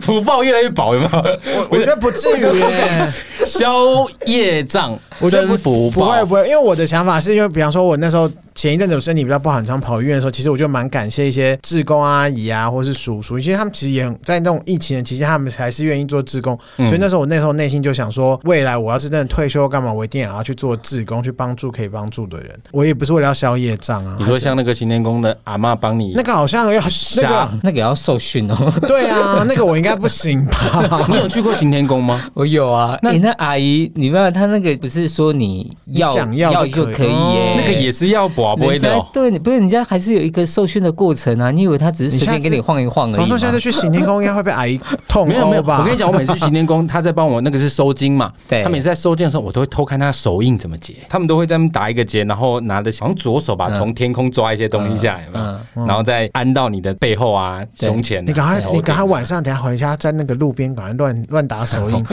Speaker 2: 福报越来越薄，有没有？
Speaker 3: 我我觉得不至于耶，
Speaker 2: 消业障，
Speaker 3: 我觉得
Speaker 2: 真
Speaker 3: 不
Speaker 2: 福
Speaker 3: 不会
Speaker 2: 报
Speaker 3: 不。会，因为我的想法是因为，比方说，我那时候前一阵子我身体比较不好，很常跑医院的时候，其实我就蛮感谢一些志工阿姨啊，或是叔叔，因为他们其实也很在那种疫情的期间，他们还是愿意做志工，
Speaker 2: 嗯
Speaker 3: 所以那时候我那时候内心就想说，未来我要是真的退休干嘛，我一定也要去做志工，去帮助可以帮助的人。我也不是为了要消业障啊，
Speaker 2: 你说像那个行天宫的阿嬷帮你
Speaker 3: 那个好像要 那
Speaker 2: 下
Speaker 3: 个。
Speaker 4: 那个也要受训哦。
Speaker 3: 对啊，那个我应该不行吧？
Speaker 2: 你有去过行天宫吗？
Speaker 4: 我有啊，那、那阿姨，你们她那个不是说你要
Speaker 3: 你想要就
Speaker 4: 就
Speaker 3: 可以
Speaker 4: 可以 耶、
Speaker 2: 哦那个也是要保不会
Speaker 4: 人
Speaker 2: 的
Speaker 4: 家
Speaker 2: 哦。
Speaker 4: 对你不是人家还是有一个受训的过程啊？你以为他只是
Speaker 3: 你
Speaker 4: 随
Speaker 3: 下
Speaker 4: 便给
Speaker 3: 次
Speaker 4: 你晃一晃而
Speaker 3: 我
Speaker 4: 已
Speaker 3: 说下次
Speaker 4: 吗？
Speaker 3: 去行天宫应该会被阿姨痛
Speaker 2: 没有没有，
Speaker 3: 殴吧？
Speaker 2: 我跟你讲，我每次行天 宫，他在帮我那个是收金嘛，
Speaker 4: 对
Speaker 2: 他每次在收金的时候，我都会偷看他的手印怎么结，他们都会在那边打一个结，然后拿着好像左手吧，从天空抓一些东西下来，有没有
Speaker 4: 嗯
Speaker 2: 然后再安到你的背后啊、
Speaker 4: 对
Speaker 2: 胸前啊。
Speaker 3: 你赶快
Speaker 2: 头，
Speaker 3: 你
Speaker 2: 顶
Speaker 3: 赶快晚上等下回家，在那个路边赶快乱乱打手印。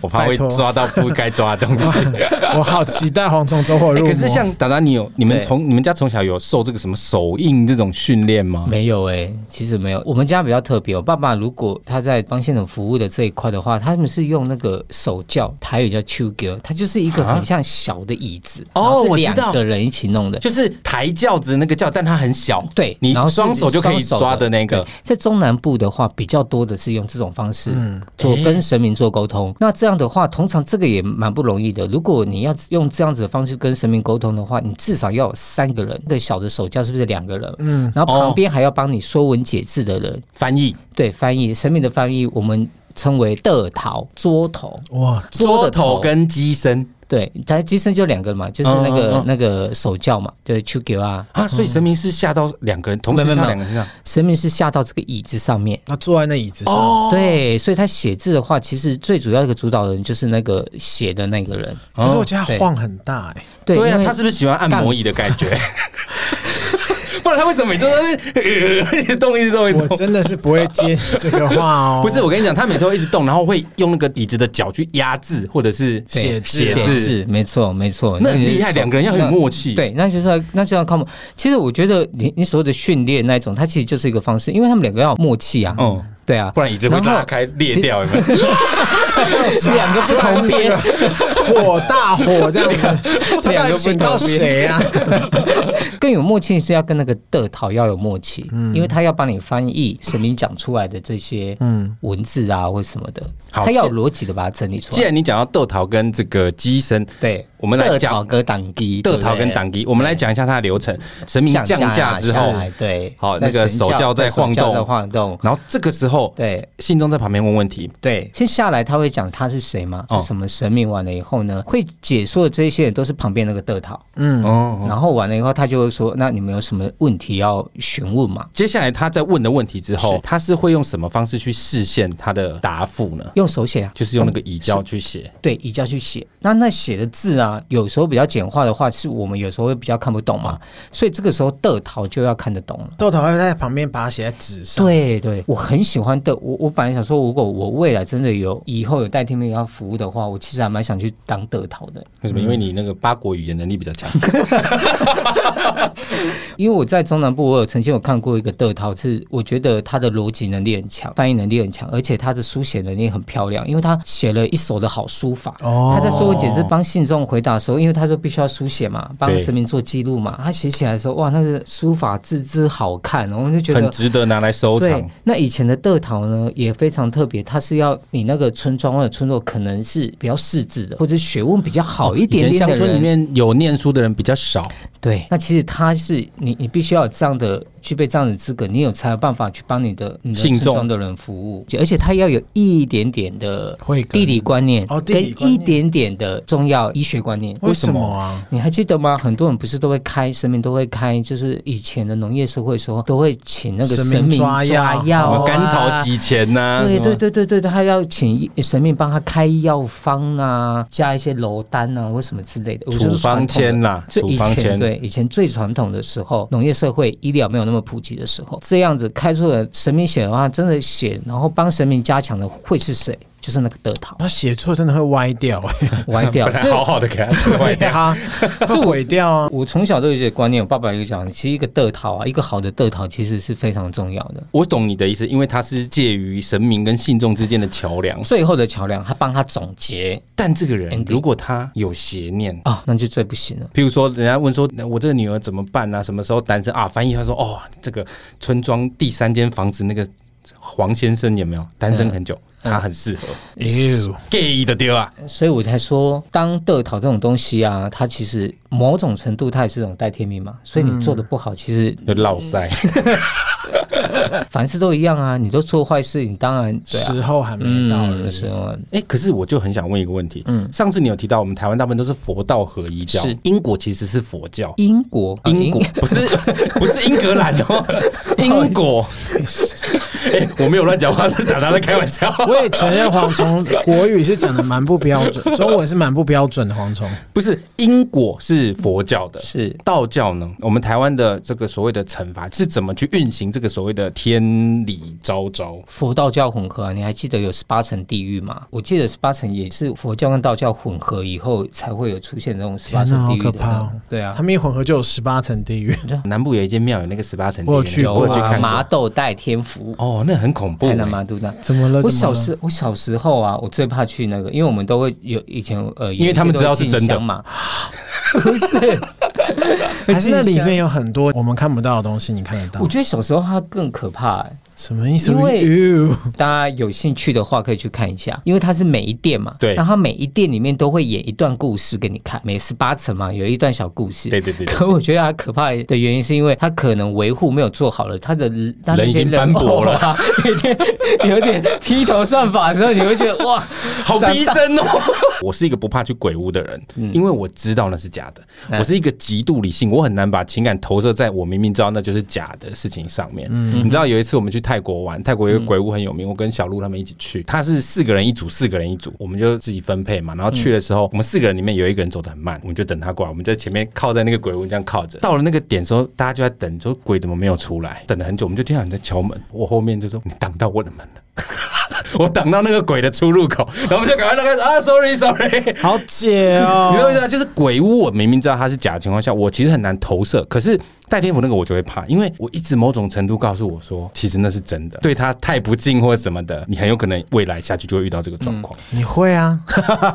Speaker 2: 我怕会
Speaker 3: 拜托
Speaker 2: 抓到不该抓的东西。
Speaker 3: 我好期待蝗虫走火
Speaker 2: 哎
Speaker 3: 入魔。
Speaker 2: 可是像达达，你有你们
Speaker 4: 对
Speaker 2: 从你们们家从小有受这个什么手印这种训练吗？
Speaker 4: 没有哎、其实没有。我们家比较特别，我哦爸爸如果他在帮县统服务的这一块的话，他们是用那个手教，台语叫秋哥，它就是一个很像小的椅子，
Speaker 2: 啊哦
Speaker 4: 然后
Speaker 2: 我
Speaker 4: 是
Speaker 2: 知
Speaker 4: 两
Speaker 2: 道
Speaker 4: 个人一起弄的。
Speaker 2: 就是抬轿子那个轿，但它很小，
Speaker 4: 对，
Speaker 2: 你
Speaker 4: 然后是
Speaker 2: 双手就可以
Speaker 4: 双手
Speaker 2: 抓的那个
Speaker 4: 对。在中南部的话，比较多的是用这种方式
Speaker 2: 嗯
Speaker 4: 做跟神明做沟通。那这样的话，通常这个也蛮不容易的。如果你要用这样子的方式跟神明沟通的话，你至少要有三个人，那个小的手教是不是两个人？嗯，然后旁边还要帮你说文解字的人，
Speaker 2: 翻译
Speaker 4: 对，翻译神明的翻译，我们称为的桃桌头，
Speaker 3: 哇，
Speaker 4: 桌
Speaker 2: 桌
Speaker 4: 的头
Speaker 2: 头跟机身
Speaker 4: 对，它机身就两个嘛，就是那个
Speaker 2: 嗯嗯嗯
Speaker 4: 那个手教嘛，对，丘吉啊，
Speaker 2: 啊，所以神明是下到两个人，同时下
Speaker 4: 没有
Speaker 2: 到
Speaker 4: 没有
Speaker 2: 两个人身上。
Speaker 4: 神明是下到这个椅子上面。
Speaker 3: 他坐在那椅子上，
Speaker 2: 哦，
Speaker 4: 对，所以他写字的话，其实最主要一个主导人就是那个写的那个人。
Speaker 3: 可是我
Speaker 2: 哦，
Speaker 3: 觉得他
Speaker 4: 对
Speaker 3: 晃很大哎、
Speaker 4: 对，
Speaker 2: 对
Speaker 4: 因
Speaker 2: 啊，
Speaker 4: 为
Speaker 2: 他是不是喜欢按摩椅的感觉？不然他为什么每周都是呃一直动一直动一直
Speaker 3: 我
Speaker 2: 动？
Speaker 3: 真的是不会接这个话哦。
Speaker 2: 不是，我跟你讲，他每次都一直动，然后会用那个椅子的脚去压制，或者是
Speaker 3: 对写字
Speaker 2: 写
Speaker 4: 写
Speaker 2: 字，
Speaker 4: 字，没错没错，
Speaker 2: 那很
Speaker 4: 就是
Speaker 2: 厉害，
Speaker 4: 手
Speaker 2: 两个人要很有
Speaker 4: 那
Speaker 2: 默契。，
Speaker 4: 对，那就是要那就要靠默。其实我觉得你你所谓的训练那一种，它其实就是一个方式，因为他们两个要有默契啊。
Speaker 2: 嗯，
Speaker 4: 对啊，
Speaker 2: 不然椅子会
Speaker 4: 然后哦
Speaker 2: 拉开裂掉，有没有？
Speaker 4: 两个不 同边，
Speaker 3: 火大火这样子，他到底请到谁啊？
Speaker 4: 更有默契是要跟那个的讨要有默契，
Speaker 2: 嗯
Speaker 4: 因为他要帮你翻译神明讲出来的这些文字啊或什么的，
Speaker 2: 嗯好
Speaker 4: 他要有
Speaker 2: 既
Speaker 4: 逻辑的把它整理出
Speaker 2: 既
Speaker 4: 来。
Speaker 2: 然你讲到豆桃跟这个机身，
Speaker 3: 对，
Speaker 2: 我们来
Speaker 4: 的
Speaker 2: 讲
Speaker 4: 讨跟党基，
Speaker 2: 豆桃跟党基，我们来讲一下它的流程。神明
Speaker 4: 降
Speaker 2: 降价之
Speaker 4: 下
Speaker 2: 后，
Speaker 4: 来对，
Speaker 2: 好
Speaker 4: 在
Speaker 2: 那个
Speaker 4: 神
Speaker 2: 手教在晃
Speaker 4: 手教
Speaker 2: 动
Speaker 4: 在晃动，
Speaker 2: 然后这个时候，
Speaker 4: 对
Speaker 2: 信中在旁边问问题，
Speaker 4: 对，先下来他会讲他是谁吗？
Speaker 2: 哦
Speaker 4: 是什么神明？完了以后呢，会解说的这些人都是旁边那个德桃，
Speaker 2: 嗯，哦，
Speaker 4: 然后完了以后他就会说，那你们有什么问题要询问嘛？
Speaker 2: 接下来他在问的问题之后
Speaker 4: 是，
Speaker 2: 他是会用什么方式去视线他的答复呢？
Speaker 4: 用手写啊，
Speaker 2: 就是用那个移交去写，
Speaker 4: 对，移交去写。那那写的字啊，有时候比较简化的话，是我们有时候会比较看不懂嘛，所以这个时候的桃就要看得懂了。
Speaker 3: 豆头会在旁边把它写在纸上。
Speaker 4: 对对，我很喜欢的。我我本来想说，如果我未来真的有以后有代替面要服务的话，我其实还蛮想去当德桃的，
Speaker 2: 为什么？因为你那个八国语言能力比较强。
Speaker 4: 嗯因为我在中南部，我有曾经有看过一个德桃，是我觉得他的逻辑能力很强，翻译能力很强，而且他的书写能力很漂亮，因为他写了一手的好书法。
Speaker 3: 哦
Speaker 4: 他在说文解字帮信众回答的时候，因为他说必须要书写嘛，帮
Speaker 2: 对
Speaker 4: 神明做记录嘛，他写起来的时候，哇，那个书法字之好看，然后我就觉
Speaker 2: 很
Speaker 4: 得
Speaker 2: 值得拿来收
Speaker 4: 对
Speaker 2: 藏。，
Speaker 4: 那以前的德桃呢也非常特别，它是要你那个村庄或者村落可能是比较识字的，或者学问比较好一
Speaker 2: 哦以前
Speaker 4: 点点的
Speaker 2: 乡村里
Speaker 4: 人。
Speaker 2: 面有念书的人比较少，
Speaker 4: 对，那其实它是你你必须要有这样的具备这样的资格，你有才有办法去帮你的你的
Speaker 2: 信
Speaker 4: 村
Speaker 2: 众
Speaker 4: 庄的人服务，而且它要有一点点的
Speaker 3: 慧根
Speaker 4: 地理观念，
Speaker 3: 哦地理观
Speaker 4: 跟一
Speaker 3: 念
Speaker 4: 点点的重要医学观念。
Speaker 2: 哦
Speaker 3: 为什么啊？
Speaker 4: 你还记得吗？很多人不是都会开神明，都会开，就是以前的农业社会的时候，都会请那个
Speaker 3: 神明
Speaker 4: 神明
Speaker 3: 抓药
Speaker 2: 什
Speaker 4: 药
Speaker 2: 么
Speaker 4: 啊
Speaker 2: 甘草几钱呐？啊
Speaker 4: 对
Speaker 2: 什么
Speaker 4: 对对对对，他要请神明帮他开药方啊，加一些楼丹啊，或什么之类的。我就是
Speaker 2: 处方
Speaker 4: 传统的
Speaker 2: 签啦，
Speaker 4: 就
Speaker 2: 处
Speaker 4: 以
Speaker 2: 方
Speaker 4: 前
Speaker 2: 签。
Speaker 4: 对以前最传统的时候，农业社会医疗没有那么普及的时候，这样子开出了神明写的话，真的写，然后帮神明加强的会是谁？就是那个德 桃
Speaker 3: 他写错真的会歪掉、欸，
Speaker 4: 歪掉。
Speaker 2: 本来好好的给他出外
Speaker 3: 对啊，会毁掉啊。
Speaker 4: 我从小都有这个观念，我爸爸有讲，其实一个德桃啊，一个好的德桃其实是非常重要的。
Speaker 2: 我懂你的意思，因为它是介于神明跟信众之间的桥梁。
Speaker 4: 最后的桥梁，他帮他总结
Speaker 2: 但这个人
Speaker 4: Andy
Speaker 2: 如果他有邪念，
Speaker 4: 啊、那就最不行了。
Speaker 2: 譬如说人家问说那我这个女儿怎么办啊？什么时候单身啊？翻译他说哦，这个村庄第三间房子那个黄先生有没有单身很久？他很适合 gay 的丢啊，
Speaker 4: 所以我才说，当得讨这种东西啊，它其实某种程度它也是一种代替命嘛。所以你做的不好，其实
Speaker 3: 嗯
Speaker 2: 就落塞。
Speaker 4: 凡事都一样啊。你都做坏事，你当然对啊，
Speaker 3: 时候还没到而
Speaker 4: 嗯，
Speaker 3: 已。
Speaker 4: 是啊，
Speaker 2: 哎、可是我就很想问一个问题，嗯，上次你有提到我们台湾大部分都是佛道合一教，
Speaker 4: 是
Speaker 2: 英国其实是佛教。
Speaker 4: 英国，啊
Speaker 2: 英国不是不是英格兰哦， 英国。哎、 我没有乱讲话，是打他在开玩笑。
Speaker 3: 我也承认蝗虫国语是讲的蛮不标 准，中文是蛮不标准的蝗虫。
Speaker 2: 不是因果是佛教的，
Speaker 4: 是
Speaker 2: 道教呢？我们台湾的这个所谓的惩罚是怎么去运行这个所谓谓的天理昭昭。
Speaker 4: 佛道教混合啊，你还记得有十八层地狱吗？我记得十八层也是佛教跟道教混合以后才会有出现这种十八
Speaker 3: 天哪
Speaker 4: 层地
Speaker 3: 好
Speaker 4: 狱
Speaker 3: 可
Speaker 4: 的
Speaker 3: 怕
Speaker 4: 那
Speaker 3: 哦
Speaker 4: 种。对啊
Speaker 3: 他，们一混合就有十八层地狱，
Speaker 2: 南部有一间庙有那个十八层地狱，
Speaker 3: 我有去
Speaker 2: 那个
Speaker 3: 过
Speaker 2: 我
Speaker 3: 啊
Speaker 2: 有去
Speaker 4: 哇
Speaker 2: 看
Speaker 4: 麻
Speaker 2: 过。
Speaker 4: 豆带天福，
Speaker 2: 哦，那很恐怖
Speaker 4: 台南
Speaker 2: 欸，
Speaker 4: 麻豆带。
Speaker 3: 怎么了？
Speaker 4: 我
Speaker 3: 怎么
Speaker 4: 小
Speaker 3: 了
Speaker 4: 时我小时候啊，我最怕去那个，因为我们都会有以前呃，
Speaker 2: 因为他们知道是真的
Speaker 4: 有一些都会进香嘛，不是？
Speaker 3: 还是那里面有很多我们看不到的东西，你看得到
Speaker 4: 我？觉得小时候它更可怕、欸。
Speaker 3: 什么意思？
Speaker 4: 因为
Speaker 3: You
Speaker 4: 大家有兴趣的话可以去看一下，因为它是每一店嘛，
Speaker 2: 对
Speaker 4: 然后它每一店里面都会演一段故事给你看，每十八层嘛有一段小故事。
Speaker 2: 对对对对
Speaker 4: 可我觉得它可怕的原因是因为它可能维护没有做好了，它的它的
Speaker 2: 人
Speaker 4: 一
Speaker 2: 已
Speaker 4: 些
Speaker 2: 经斑驳了
Speaker 4: 偶啊， 有点有点披头散发的时候，你会觉得哇，
Speaker 2: 好逼真哦！嗯我是一个不怕去鬼屋的人，因为我知道那是假的。
Speaker 4: 嗯
Speaker 2: 我是一个极度理性，我很难把情感投射在我明明知道那就是假的事情上面。你知道有一次我们去泰国玩，泰国有一个鬼屋很有名，我跟小鹿他们一起去，他是四个人一组，四个人一组，我们就自己分配嘛。然后去的时候，我们四个人里面有一个人走得很慢，我们就等他过来，我们在前面靠在那个鬼屋这样靠着。到了那个点的时候，大家就在等，说鬼怎么没有出来？等了很久，我们就听到你在敲门，我后面就说你挡到我的门了。我挡到那个鬼的出入口，然后我们就赶快那个啊，sorry sorry。
Speaker 3: 好解
Speaker 2: 你知道
Speaker 3: 哦，
Speaker 2: 吗？就是鬼屋，我明明知道它是假的情况下，我其实很难投射。可是戴天府那个我就会怕，因为我一直某种程度告诉我说，其实那是真的。对他太不敬或什么的，你很有可能未来下去就会遇到这个状况。
Speaker 3: 你会啊？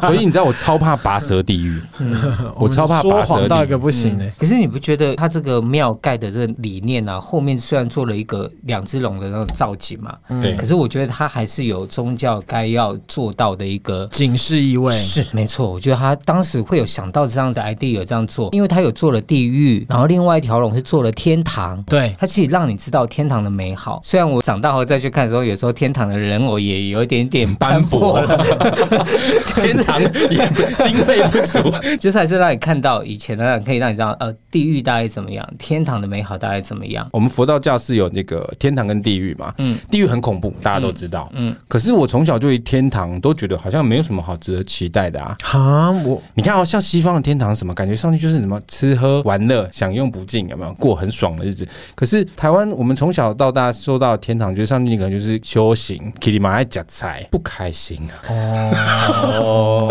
Speaker 2: 所以你知道我超怕拔舌地狱，我超怕
Speaker 3: 嗯说
Speaker 2: 拔舌
Speaker 3: 谎到一
Speaker 2: 地
Speaker 3: 个
Speaker 2: 狱。
Speaker 3: 不行哎。
Speaker 4: 可是你不觉得它这个庙盖的这个理念啊，后面虽然做了一个两只龙的那种造景嘛，
Speaker 2: 对
Speaker 3: 嗯
Speaker 4: 可是我觉得它还是有宗教该要做到的一个
Speaker 3: 警示意味
Speaker 4: 是没错，我觉得他当时会有想到这样的 idea 这样做，因为他有做了地狱，然后另外一条龙是做了天堂。
Speaker 3: 对，
Speaker 4: 它其实让你知道天堂的美好。虽然我长大后再去看的时候，有时候天堂的人偶也有一点点斑驳了，
Speaker 2: 天堂也不经费不足，
Speaker 4: 就是还是让你看到以前的，可以让你知道，呃，地狱大概怎么样，天堂的美好大概怎么样。
Speaker 2: 我们佛道教是有那个天堂跟地狱嘛，嗯
Speaker 4: 嗯，
Speaker 2: 地狱很恐怖，大家都知道，嗯，
Speaker 4: 嗯
Speaker 2: 可是我从小对于天堂都觉得好像没有什么好值得期待的啊。
Speaker 3: 哈，我
Speaker 2: 你看哦，像西方的天堂什么，感觉上去就是什么吃喝玩乐、享用不尽，有没有过很爽的日子？可是台湾，我们从小到大受到的天堂，就是上去你可能就是修行，k i 里马爱夹菜，不开心啊，
Speaker 3: 哦，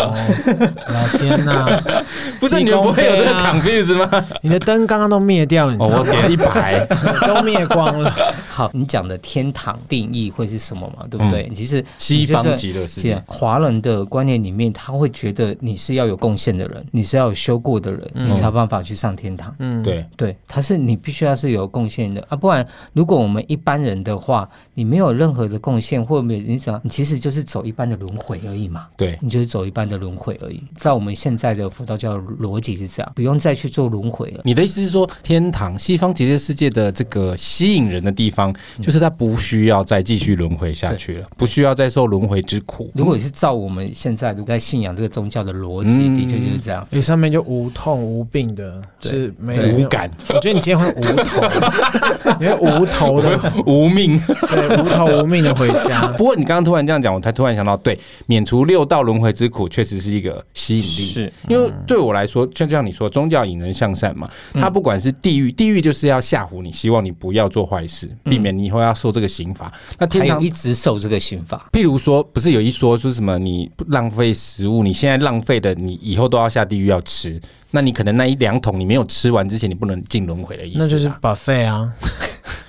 Speaker 3: 老天呐，
Speaker 2: 不 是你们不会有这个 confuse 吗？
Speaker 3: 你的灯刚刚都灭掉了，你
Speaker 2: 哦，
Speaker 3: 知道
Speaker 2: 我
Speaker 3: 吗？
Speaker 2: 给一 百，
Speaker 3: 都灭光了，
Speaker 4: 好，你讲的天堂定义会是什么嘛？对不对？其实
Speaker 2: 嗯西
Speaker 4: 你就
Speaker 2: 方
Speaker 4: 是
Speaker 2: 极乐世
Speaker 4: 是
Speaker 2: 界
Speaker 4: 啊。华人的观念里面，他会觉得你是要有贡献的人，你是要有修过的人，
Speaker 2: 嗯
Speaker 4: 你才有办法去上天堂。
Speaker 3: 嗯，
Speaker 2: 对，
Speaker 4: 对，他是你必须要是有贡献的啊，不然如果我们一般人的话，你没有任何的贡献，或没有你怎样，你其实就是走一般的轮回而已嘛。
Speaker 2: 对，
Speaker 4: 你就是走一般的轮回而已，在我们现在的佛道教逻辑是这样，不用再去做轮回了。
Speaker 2: 你的意思是说，天堂西方极乐世界的这个吸引人的地方，
Speaker 4: 嗯
Speaker 2: 就是它不需要再继续轮回下去了，不需要再受轮回之苦。
Speaker 4: 如果是照我们现在如果在信仰这个宗教的逻辑，
Speaker 2: 嗯
Speaker 4: 的确就是这样子。
Speaker 3: 你上面就无痛无病的，
Speaker 4: 对
Speaker 3: 是没
Speaker 4: 对
Speaker 3: 有
Speaker 2: 无感。
Speaker 3: 我觉得你今天会无头，你会无头 的，
Speaker 2: 无命。
Speaker 3: 对，无头无命的回家。
Speaker 2: 不过你刚刚突然这样讲，我才突然想到，对，免除六道轮回之苦，确实是一个吸引力。
Speaker 4: 是，
Speaker 2: 因为对我来说，就像你说，宗教引人向善嘛。
Speaker 4: 嗯
Speaker 2: 它不管是地狱，地狱就是要吓唬你，希望你不要做坏事，避免你以后要受这个刑罚。那天
Speaker 4: 嗯还
Speaker 2: 堂
Speaker 4: 有一直受这个刑罚。
Speaker 2: 譬如说，不是有一说说什么你浪费食物，你现在浪费的，你以后都要下地狱要吃。那你可能那一两桶你没有吃完之前，你不能进轮回的意思、
Speaker 3: 那就是 buffet 啊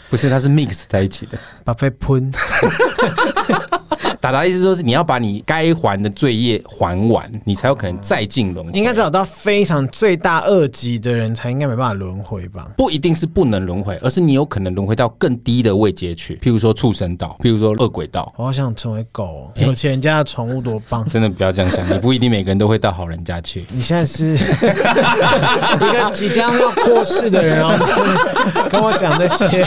Speaker 2: 不是它是 mix 在一起的。
Speaker 3: ，buffet 喷，
Speaker 2: 达达意思说是你要把你该还的罪业还完，你才有可能再进轮回。
Speaker 3: 应该找到非常罪大恶极的人才应该没办法轮回吧？
Speaker 2: 不一定是不能轮回，而是你有可能轮回到更低的位阶去，譬如说畜生道，譬如说恶鬼道。
Speaker 3: 我好想成为狗哦、有钱人家的宠物多棒！
Speaker 2: 真的不要这样想，你不一定每个人都会到好人家去。
Speaker 3: 你现在是 一个即将要过世的人，然后 跟我讲这些，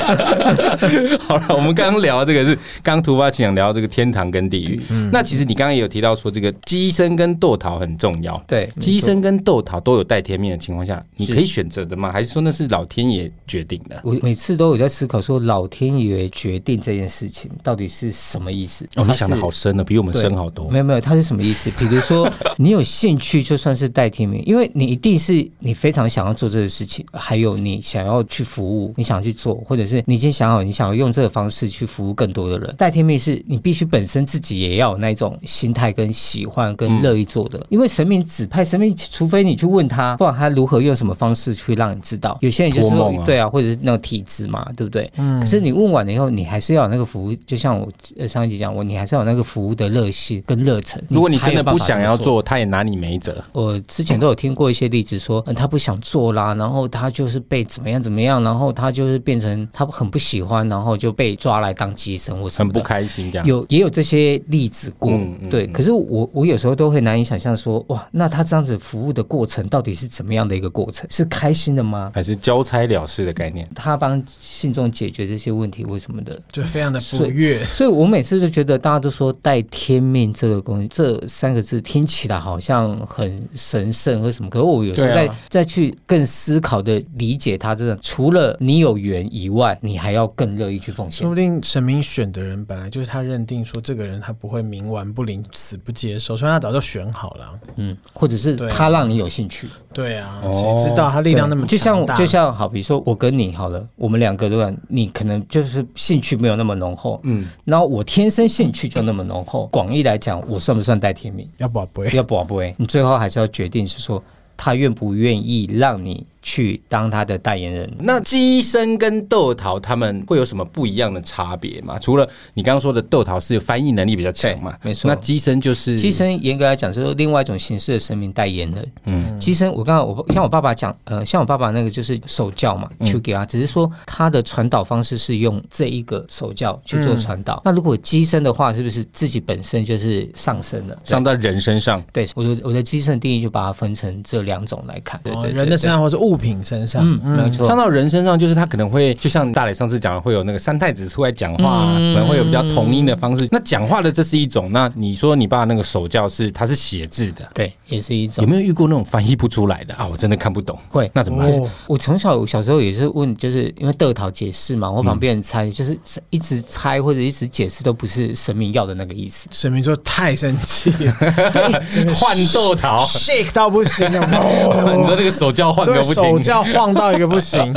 Speaker 2: 好了，我们刚刚聊这个是刚突发奇想聊这个天堂跟地狱。那其实你刚刚也有提到说，这个鸡生跟豆桃很重要。
Speaker 4: 对，
Speaker 2: 鸡生跟豆桃都有带甜面的情况下，你
Speaker 4: 是
Speaker 2: 可以选择的吗？还是说那是老天爷决定的？
Speaker 4: 我每次都有在思考，说老天爷决定这件事情到底是什么意思？
Speaker 2: 哦，你
Speaker 4: 它
Speaker 2: 想的
Speaker 4: 是
Speaker 2: 好深呢，比我们
Speaker 4: 对
Speaker 2: 深好多
Speaker 4: 没。有没有，它是什么意思？比如说，你有兴趣，就算是代替名，因为你一定是你非常想要做这个事情，还有你想要去服务，你想去做，或者是你已经想好你想要用这个方式去服务更多的人。代替命是你必须本身自己也要有那一种心态跟喜欢跟乐意做的，因为神明指派神明，除非你去问他，不管他如何用什么方式去让你知道。有些人就是
Speaker 2: 托
Speaker 4: 说
Speaker 2: 梦啊
Speaker 4: 对啊，或者是那种体质嘛，对不对？
Speaker 2: 嗯
Speaker 4: 可是你问完了以后，你还是要有那个服务，就像我呃上一集讲过，你还是要有那个服务的热心跟热忱。
Speaker 2: 如果你
Speaker 4: 才有
Speaker 2: 真的
Speaker 4: 办
Speaker 2: 不
Speaker 4: 法
Speaker 2: 想
Speaker 4: 这么
Speaker 2: 要，做，他也拿你没辙。
Speaker 4: 我之前都有听过一些例子说，嗯，他不想做啦，然后他就是被怎么样怎么样，然后他就是变成他很不喜欢，然后就被抓来当寄生或什
Speaker 2: 很
Speaker 4: 么的
Speaker 2: 不开心这样。
Speaker 4: 有也有这些例子过，
Speaker 2: 嗯嗯
Speaker 4: 对。
Speaker 2: 嗯
Speaker 4: 可是我我有时候都会难以想象说，哇，那他这样子服务的过程到底是怎么样的一个过程？是开心的吗？
Speaker 2: 还是交差了事的概念，
Speaker 4: 他帮信众解决这些问题，为什么的？
Speaker 3: 就非常的不悦。
Speaker 4: 所以我每次都觉得大家都说“带天命”这个东西，这三个字听起来好像很神圣或什么，可是我有时候
Speaker 2: 对啊
Speaker 4: 再、再去更思考的理解它，真的除了你有缘以外，你还要更乐意去奉献
Speaker 3: 说。不定神明选的人本来就是他认定说这个人他不会冥顽不灵、死不接受，所以他早就选好了。
Speaker 4: 嗯，或者是
Speaker 3: 对
Speaker 4: 他让你有兴趣，
Speaker 3: 对啊，
Speaker 2: 哦
Speaker 3: 谁知道他力量那么
Speaker 4: 对就
Speaker 3: 强
Speaker 4: 像
Speaker 3: 大？
Speaker 4: 就像好，比如说我跟你好了，我们两个对吧？你可能就是兴趣没有那么浓厚，嗯，然后我天生兴趣就那么浓厚，广义来讲，我算不算带天命？
Speaker 3: 要宝贝，
Speaker 4: 要宝贝，你最后还是要决定是说他愿不愿意让你去当他的代言人。
Speaker 2: 那鸡生跟豆桃他们会有什么不一样的差别吗？除了你刚刚说的豆桃是翻译能力比较强嘛，
Speaker 4: 对没错
Speaker 2: 那鸡生就是
Speaker 4: 鸡生严格来讲是另外一种形式的神明代言人。嗯，鸡生我刚刚我像我爸爸讲，呃，像我爸爸那个就是手教嘛，
Speaker 2: 嗯
Speaker 4: 去给他，只是说他的传导方式是用这一个手教去
Speaker 2: 嗯
Speaker 4: 做传导。那如果鸡生的话，是不是自己本身就是上升了？
Speaker 2: 上到人身上，
Speaker 4: 对，我的我的鸡生定义就把它分成这两种来看。对
Speaker 3: 哦
Speaker 4: 对对
Speaker 3: 人的身上或是物品身上，
Speaker 4: 嗯，没错。
Speaker 2: 上到人身上就是他可能会就像大磊上次讲的，会有那个三太子出来讲话、啊，可能会有比较同音的方式。那讲话的这是一种，那你说你爸那个手教是他是写字的，
Speaker 4: 对，也是一种
Speaker 2: 有。没有遇过那种翻译不出来的啊？我真的看不懂，
Speaker 4: 会
Speaker 2: 那怎么办？
Speaker 3: 哦，
Speaker 4: 我从小我小时候也是问，就是因为豆桃解释嘛，我旁边人猜，就是一直猜或者一直解释都不是神明要的那个意思。
Speaker 3: 神明就太生气 了，真的是
Speaker 2: 换豆桃，
Speaker 3: shake 到不行，
Speaker 2: 你说
Speaker 3: 哦
Speaker 2: 这个手教换个
Speaker 3: 对
Speaker 2: 不
Speaker 3: 手
Speaker 2: 停。
Speaker 3: 叫晃到一个不行，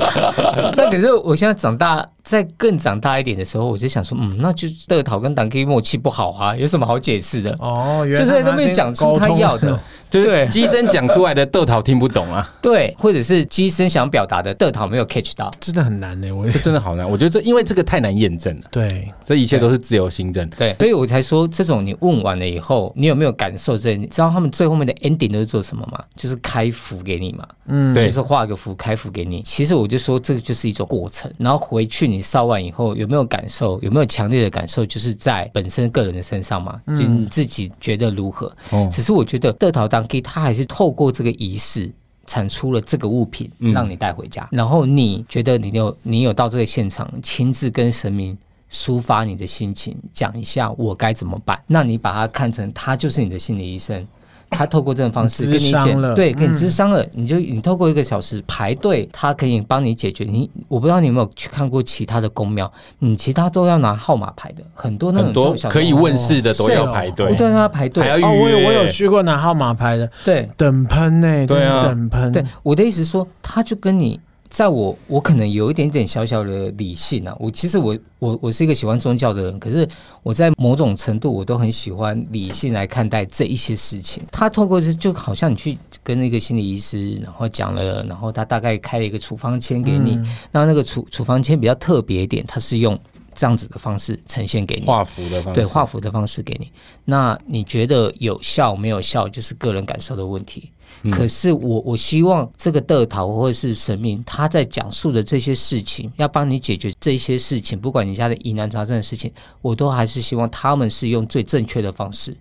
Speaker 4: 那可是我现在长大，在更长大一点的时候，我就想说，嗯，那就豆桃跟党 K 默契不好啊，有什么好解释的？
Speaker 3: 哦，原
Speaker 4: 就
Speaker 3: 来
Speaker 4: 是在那边讲出他要的，
Speaker 2: 就是
Speaker 4: 对
Speaker 2: 机身讲出来的豆桃听不懂啊，
Speaker 4: 对，或者是机身想表达的豆桃没有 catch 到。
Speaker 3: 真的很难呢。我
Speaker 2: 这真的好难。我觉得这因为这个太难验证了，
Speaker 3: 对
Speaker 2: 这一切都是自由新政。
Speaker 4: 对，所以我才说，这种你问完了以后，你有没有感受这？你知道他们最后面的 ending 都是做什么吗？就是开服给你嘛，嗯，
Speaker 2: 对
Speaker 4: 就是画个符开服给你。其实我就说，这个就是一种过程。然后回去你烧完以后，有没有感受？有没有强烈的感受？就是在本身个人的身上嘛，就你自己觉得如何？
Speaker 2: 哦
Speaker 4: 只是我觉得乐桃当地，它还是透过这个仪式。产出了这个物品，
Speaker 2: 嗯
Speaker 4: 让你带回家，然后你觉得你有你有到这个现场，亲自跟神明抒发你的心情，讲一下我该怎么办。那你把它看成他就是你的心理医生，他透过这种方式跟你
Speaker 3: 咨商
Speaker 4: 解，
Speaker 3: 了
Speaker 4: 对，跟
Speaker 2: 嗯
Speaker 4: 你咨商了，你就你透过一个小时排队，他可以帮你解决。你我不知道你有没有去看过其他的公庙，你其他都要拿号码牌的，很多那种
Speaker 2: 很多
Speaker 4: 小
Speaker 2: 可以
Speaker 4: 公庙
Speaker 2: 问世的都要
Speaker 3: 是哦
Speaker 2: 排
Speaker 4: 我
Speaker 2: 队，
Speaker 4: 都让他排
Speaker 2: 还要
Speaker 4: 队，
Speaker 2: 预
Speaker 3: 哦，我有
Speaker 2: 约。
Speaker 3: 我有去过拿号码牌的，
Speaker 4: 对。
Speaker 3: 等喷呢，
Speaker 2: 对啊
Speaker 3: 真的等喷，
Speaker 4: 对，我的意思说，他就跟你，在我我可能有一点点小小的理性啊。我其实我我我是一个喜欢宗教的人，可是我在某种程度我都很喜欢理性来看待这一些事情。他透过这就好像你去跟那个心理医师，然后讲了，然后他大概开了一个处方签给你，那那个处处方签比较特别一点，他是用这样子的方式呈现给你。
Speaker 2: 画符的方式，
Speaker 4: 对画符的方式给你。那你觉得有效没有效，就是个人感受的问题。
Speaker 2: 嗯
Speaker 4: 可是我我希望这个德桃或者是神明，他在讲述的这些事情，要帮你解决这些事情，不管你家的疑难杂症的事情，我都还是希望他们是用最正确的方式，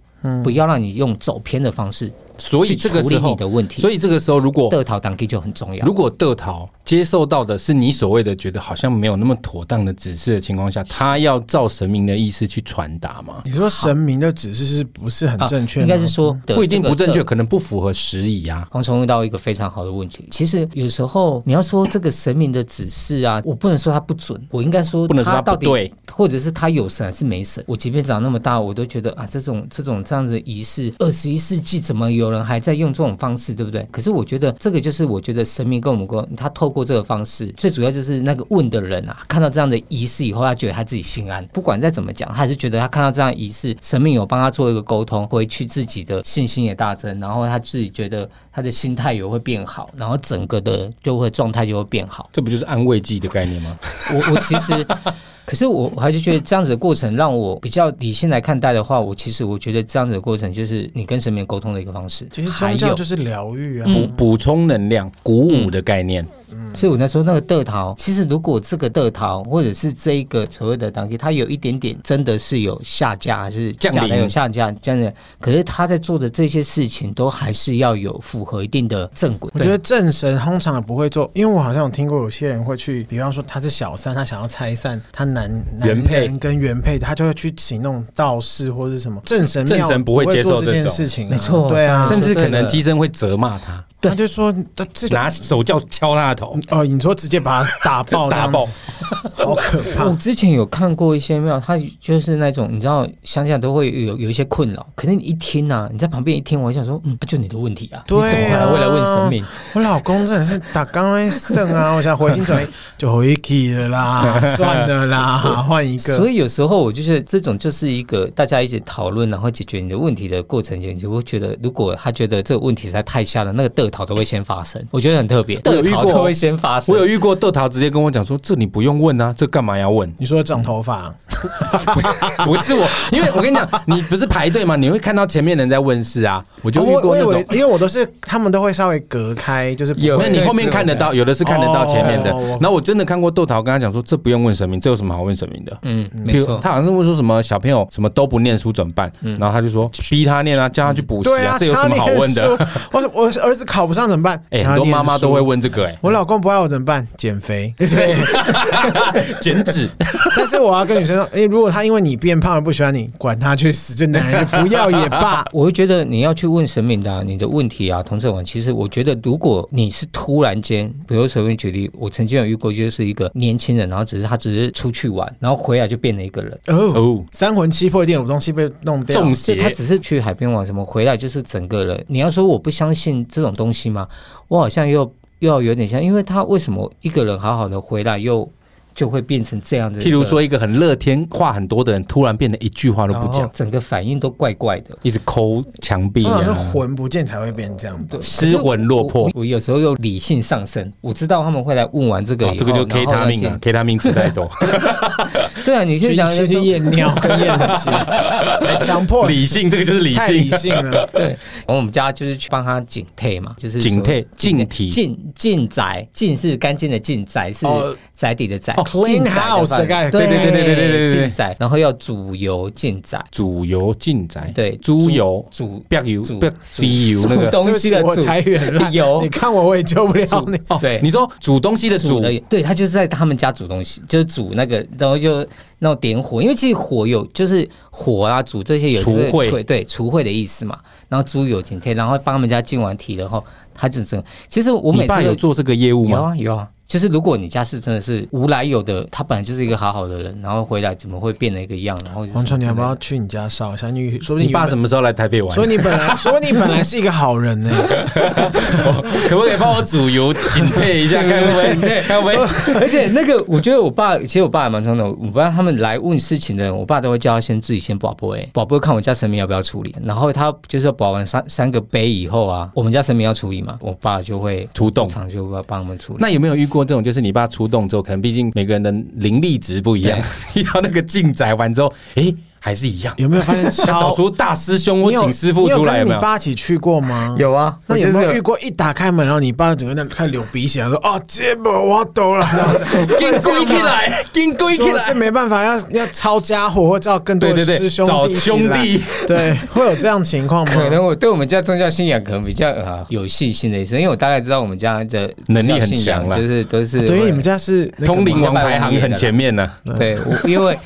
Speaker 4: 不要让你用走偏的方式
Speaker 2: 嗯所以这个
Speaker 4: 去处
Speaker 2: 时
Speaker 4: 理
Speaker 2: 候
Speaker 4: 你的问题
Speaker 2: 所以这个时候如果
Speaker 4: 得逃当地就很重要。
Speaker 2: 如果得逃接受到的是你所谓的觉得好像没有那么妥当的指示的情况下，他要照神明的意思去传达吗？
Speaker 3: 你说神明的指示是不是很
Speaker 4: 啊
Speaker 3: 正确吗？
Speaker 4: 应该是说的
Speaker 2: 嗯不一定
Speaker 4: 这个
Speaker 2: 不正确，
Speaker 4: 的
Speaker 2: 可能不符合时宜啊。
Speaker 4: 黄虫问到一个非常好的问题。其实有时候你要说这个神明的指示啊，我不能说它不准，我应该说
Speaker 2: 不能说它
Speaker 4: 它
Speaker 2: 不
Speaker 4: 到底
Speaker 2: 对，
Speaker 4: 或者是它有神还是没神。我即便长那么大，我都觉得啊，这种这种这样子的仪式，二十一世纪怎么有人还在用这种方式，对不对？可是我觉得这个就是我觉得神明跟我们沟通，他透过这个方式，最主要就是那个问的人啊，看到这样的仪式以后，他觉得他自己心安，不管再怎么讲，他还是觉得他看到这样的仪式，神明有帮他做一个沟通，回去自己的信心也大增，然后他自己觉得他的心态也会变好，然后整个的就会状态就会变好。
Speaker 2: 这不就是安慰剂的概念吗？
Speaker 4: 我我其实，可是我我还是觉得这样子的过程让我比较理性来看待的话，我其实我觉得这样子的过程就是你跟神明沟通的一个方式。
Speaker 3: 嗯其实
Speaker 4: 还
Speaker 3: 宗教
Speaker 4: 有嗯
Speaker 3: 就，是疗愈啊。
Speaker 2: 补补充能量、鼓舞的概念。
Speaker 4: 所以我在说那个得桃，其实如果这个得桃或者是这一个所谓的当地，它有一点点真的是有下架还是
Speaker 2: 降
Speaker 4: 假的
Speaker 2: 临
Speaker 4: 有下架这样的，可是他在做的这些事情都还是要有符合一定的正轨。
Speaker 3: 我觉得正神通常也不会做，因为我好像有听过有些人会去，比方说他是小三，他想要拆散他男男
Speaker 2: 原配
Speaker 3: 人跟原配的，他就会去请那种道士或是什么正神庙，
Speaker 2: 正神不会接受
Speaker 3: 做这件
Speaker 2: 这种
Speaker 3: 事情啊、
Speaker 4: 没错
Speaker 3: 对啊，
Speaker 2: 甚至
Speaker 4: 就对
Speaker 2: 可能
Speaker 4: 了
Speaker 2: 机身会责骂他，
Speaker 3: 他就说他这
Speaker 2: 拿手铐敲他的头，
Speaker 3: 哦，你说直接把他打爆，
Speaker 2: 打爆，
Speaker 3: 好可怕
Speaker 4: 我！之前有看过一些庙，它就是那种你知道乡下都会有有一些困扰，可是你一听啊，你在旁边一听，我就想说，嗯，啊就你的问题啊，
Speaker 3: 对啊
Speaker 4: 你怎么还会来问神明？
Speaker 3: 我老公真的是打刚刚剩啊，我想回心转意就回去 了啦，算了啦，换一个。？”
Speaker 4: 所以有时候我就是这种，就是一个大家一起讨论，然后解决你的问题的过程中，你就会觉得，如果他觉得这个问题实在太瞎了，那个得逃都会先发生，我觉得很特别，
Speaker 2: 我有
Speaker 4: 得
Speaker 2: 遇过
Speaker 4: 逃都会先发生。
Speaker 2: 我有遇过豆桃直接跟我讲说：“这你不用问啊，这干嘛要问
Speaker 3: 你说长头
Speaker 2: 啊
Speaker 3: 发，
Speaker 2: 不是我，因为我跟你讲，你不是排队吗？你会看到前面人在问事啊，我就
Speaker 3: 哦
Speaker 2: 遇
Speaker 3: 我
Speaker 2: 过
Speaker 3: 我以
Speaker 2: 那种
Speaker 3: 为，，因为我都是他们都会稍微隔开，就是不会
Speaker 4: 有
Speaker 2: 没有你后面看得到，有的是看得到前面的
Speaker 3: 哦我。
Speaker 2: 然后我真的看过豆桃跟他讲说：“这不用问神明，这有什么好问神明的？”
Speaker 4: 嗯，
Speaker 2: 譬
Speaker 4: 没
Speaker 2: 如
Speaker 4: 错，。
Speaker 2: 他好像是问说什么小朋友什么都不念书怎么办？然后他就说逼他念啊，叫他去补习
Speaker 3: 对啊，
Speaker 2: 这有什么好问的？
Speaker 3: 的？我我儿子考不上怎么办？
Speaker 2: 哎，很
Speaker 3: 想要
Speaker 2: 多
Speaker 3: 念
Speaker 2: 妈妈都
Speaker 3: 书
Speaker 2: 会。问这个，哎，
Speaker 3: 我老公不爱我怎么办？减肥。
Speaker 2: 减脂。
Speaker 3: 但是我要跟女生说，哎、如果他因为你变胖而不喜欢你，管他去死，这男 人不要也罢
Speaker 4: 我会觉得你要去问神明的、啊、你的问题啊，童振文。其实我觉得，如果你是突然间，比如随便举例，我曾经有遇过，就是一个年轻人，然后只是他只是出去玩，然后回来就变了一个人。
Speaker 3: 哦，
Speaker 2: 哦，
Speaker 3: 三魂七魄一定有东西被弄掉。
Speaker 2: 中
Speaker 4: 啊是他
Speaker 2: 邪。
Speaker 4: 只是去海边玩什么，回来就是整个人。你要说我不相信这种东西吗？我好像又又要有点像，因为他为什么一个人好好的回来又就会变成这样的一个？
Speaker 2: 譬如说，一个很乐天、话很多的人，突然变得一句话都
Speaker 4: 然后
Speaker 2: 不讲，
Speaker 4: 整个反应都怪怪的。
Speaker 2: 一直抠墙壁
Speaker 3: 通常是
Speaker 2: 啊，
Speaker 3: 魂不见才会变这样吧。
Speaker 2: 失魂落魄
Speaker 4: 我。我有时候又理性上升，我知道他们会来问完这个以
Speaker 2: 哦
Speaker 4: 后、
Speaker 2: 这个就 K
Speaker 4: 然后
Speaker 2: 他
Speaker 4: 要
Speaker 2: 命
Speaker 4: 讲
Speaker 2: 啊，K 他命吃太 多，
Speaker 4: 对啊，你
Speaker 3: 去
Speaker 4: 去讲
Speaker 3: 去去验尿跟验 血，还强迫
Speaker 2: 哦理性这个就是理
Speaker 3: 太理
Speaker 2: 性。
Speaker 3: 性了。
Speaker 4: 然后我们家就是去帮他警惕嘛，就是
Speaker 2: 警
Speaker 4: 所谓
Speaker 2: 惕净体
Speaker 4: 净净宅，净是干净的净，宅是
Speaker 3: 哦
Speaker 4: 宅邸的宅
Speaker 2: 哦
Speaker 4: 净
Speaker 3: clean
Speaker 4: 宅
Speaker 3: house 的概念
Speaker 4: 对
Speaker 2: 对对对对对对对
Speaker 4: 净宅，然后要煮油净宅，
Speaker 2: 主油进宅，
Speaker 4: 对
Speaker 2: 猪油
Speaker 4: 煮
Speaker 2: 不要油
Speaker 4: 煮
Speaker 2: 不要滴油那
Speaker 4: 煮
Speaker 2: 个。
Speaker 4: 东西的
Speaker 3: 对不起
Speaker 4: 煮
Speaker 3: 我台语很 烂
Speaker 4: 油
Speaker 3: 你看我我也救不了你。
Speaker 2: 哦，
Speaker 4: 对
Speaker 2: 你说煮东西的
Speaker 4: 煮
Speaker 2: 煮，
Speaker 4: 的，对他就是在他们家煮东西，就是煮那个，然后就那种点火，因为其实火有就是火啊，煮这些有
Speaker 2: 除秽
Speaker 4: 对对除秽的意思嘛。然后猪油警惕，然后帮他们家进完体了后，他就整。其实我每
Speaker 2: 你
Speaker 4: 次
Speaker 2: 爸
Speaker 4: 都
Speaker 2: 有做这个业务
Speaker 4: 有
Speaker 2: 吗？
Speaker 4: 啊有啊，就是如果你家是真的是无来由的，他本来就是一个好好的人，然后回来怎么会变了一个样？然后就是
Speaker 3: 王川，你要不要去你家烧一下？你说不
Speaker 4: 啊
Speaker 3: 定
Speaker 2: 你爸
Speaker 3: 原本
Speaker 2: 什么时候来台北玩？
Speaker 3: 所以你 本来，所以你本来是一个好人呢、
Speaker 2: 可不可以帮我煮油警备一 下？看会不会？看会不会？
Speaker 4: 而且那个，我觉得我爸，其实我爸还蛮冲动。我爸他们来问事情的人，我爸都会叫他先自己先保波哎，保波看我家神明要不要处理。然后他就是保完三三个杯以后啊，我们家神明要处理嘛，我爸就会
Speaker 2: 出动
Speaker 4: 场就会帮我们处理。
Speaker 2: 那有没有遇过这种，就是你爸 出动之后，可能毕竟每个人的灵力值不一样，遇到那个进宅完之后，诶，还是一样。
Speaker 3: 有没有发现
Speaker 2: 要
Speaker 3: 超
Speaker 2: 找？出大师兄或
Speaker 3: 你有
Speaker 2: 请师傅
Speaker 3: 你有
Speaker 2: 出来，有
Speaker 3: 跟
Speaker 2: 没
Speaker 3: 你
Speaker 2: 有？
Speaker 3: 爸一起去过吗？。
Speaker 4: 有啊，
Speaker 3: 那
Speaker 4: 我
Speaker 3: 有
Speaker 4: 就是
Speaker 3: 没有遇过一打开门，然后你爸整个在开始流鼻血，然后说：“哦，这不我 懂了。然后
Speaker 2: 跟归起来，跟归起
Speaker 3: 说这
Speaker 2: 来。
Speaker 3: 没办法，要要抄家伙或找更多
Speaker 2: 对
Speaker 3: 的
Speaker 2: 对对
Speaker 3: 师兄
Speaker 2: 找
Speaker 3: 弟一起
Speaker 2: 兄
Speaker 3: 来
Speaker 2: 弟，
Speaker 3: 对，会有这样情况吗？哦
Speaker 4: 可能我对我们家宗教信仰可能比较啊有信心的意思，因为我大概知道我们家的
Speaker 2: 能力很
Speaker 4: 宗教信仰
Speaker 2: 强啦
Speaker 4: 就是都是
Speaker 3: 啊对，因为
Speaker 4: 会
Speaker 3: 你们家嗯是那个
Speaker 2: 通灵
Speaker 3: 吗
Speaker 2: 王排行很前面呢、
Speaker 4: 对，我因为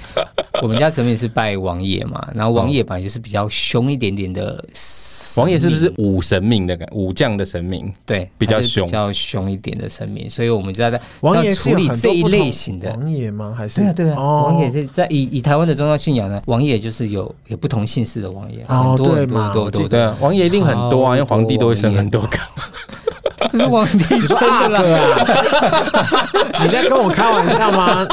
Speaker 4: 我们家神明是拜王爷嘛，然后王爷本来就是比较凶一点点的神明，
Speaker 2: 王爷是不是武神明的感？武将的神明？
Speaker 4: 对
Speaker 2: 比较
Speaker 4: 他是
Speaker 2: 凶
Speaker 4: 比较凶一点的神明，所以我们就在在
Speaker 3: 王爷
Speaker 4: 要
Speaker 3: 是
Speaker 4: 处
Speaker 3: 有
Speaker 4: 理
Speaker 3: 很
Speaker 4: 这
Speaker 3: 多
Speaker 4: 一
Speaker 3: 不同
Speaker 4: 类型的。
Speaker 3: 王爷吗？还是
Speaker 4: 对啊，对啊，
Speaker 3: 哦
Speaker 4: 王爷是在以以台湾的宗教信仰呢，王爷就是有有不同姓氏的王爷，
Speaker 3: 哦
Speaker 4: 很多
Speaker 3: 对
Speaker 4: 很多
Speaker 3: 嘛
Speaker 4: 很多
Speaker 3: 我
Speaker 4: 很
Speaker 3: 记
Speaker 4: 多，
Speaker 3: 得
Speaker 2: 对啊，王爷一定很多啊，因为皇帝都会生很多 个。
Speaker 4: 不是皇帝
Speaker 3: 你说
Speaker 4: 生
Speaker 3: 阿
Speaker 4: 的
Speaker 3: 哥
Speaker 4: 啦，
Speaker 3: 啊？你在跟我开玩笑吗？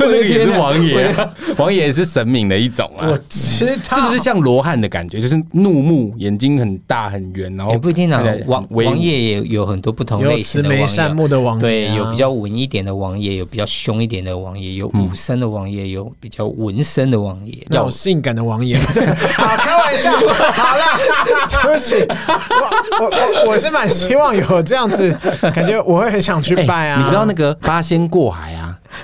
Speaker 2: 那个也是王爷啊， 王爷也是神明的一种啊。
Speaker 3: 我知道，
Speaker 2: 是不是像罗汉的感觉？就是怒目，眼睛很大很圆，然后
Speaker 3: 哎
Speaker 4: 也不一定啊
Speaker 2: 看起来，很
Speaker 4: 王
Speaker 2: 哎威武
Speaker 4: 王爷也有很多不同
Speaker 3: 有
Speaker 4: 类
Speaker 3: 慈
Speaker 4: 型的王
Speaker 3: 眉
Speaker 4: 爷，
Speaker 3: 善目的王爷
Speaker 4: 对，
Speaker 3: 啊？
Speaker 4: 有比较文一点的王爷，有比较凶一点的王爷，有武生的王爷，有比较文生的王爷。
Speaker 3: 嗯那种性感的王爷，好开玩笑，好啦，对不起，我我我我是蛮希望有这样子，感觉我会很想去
Speaker 2: 哎
Speaker 3: 拜啊。
Speaker 2: 你知道那个八仙过海 啊？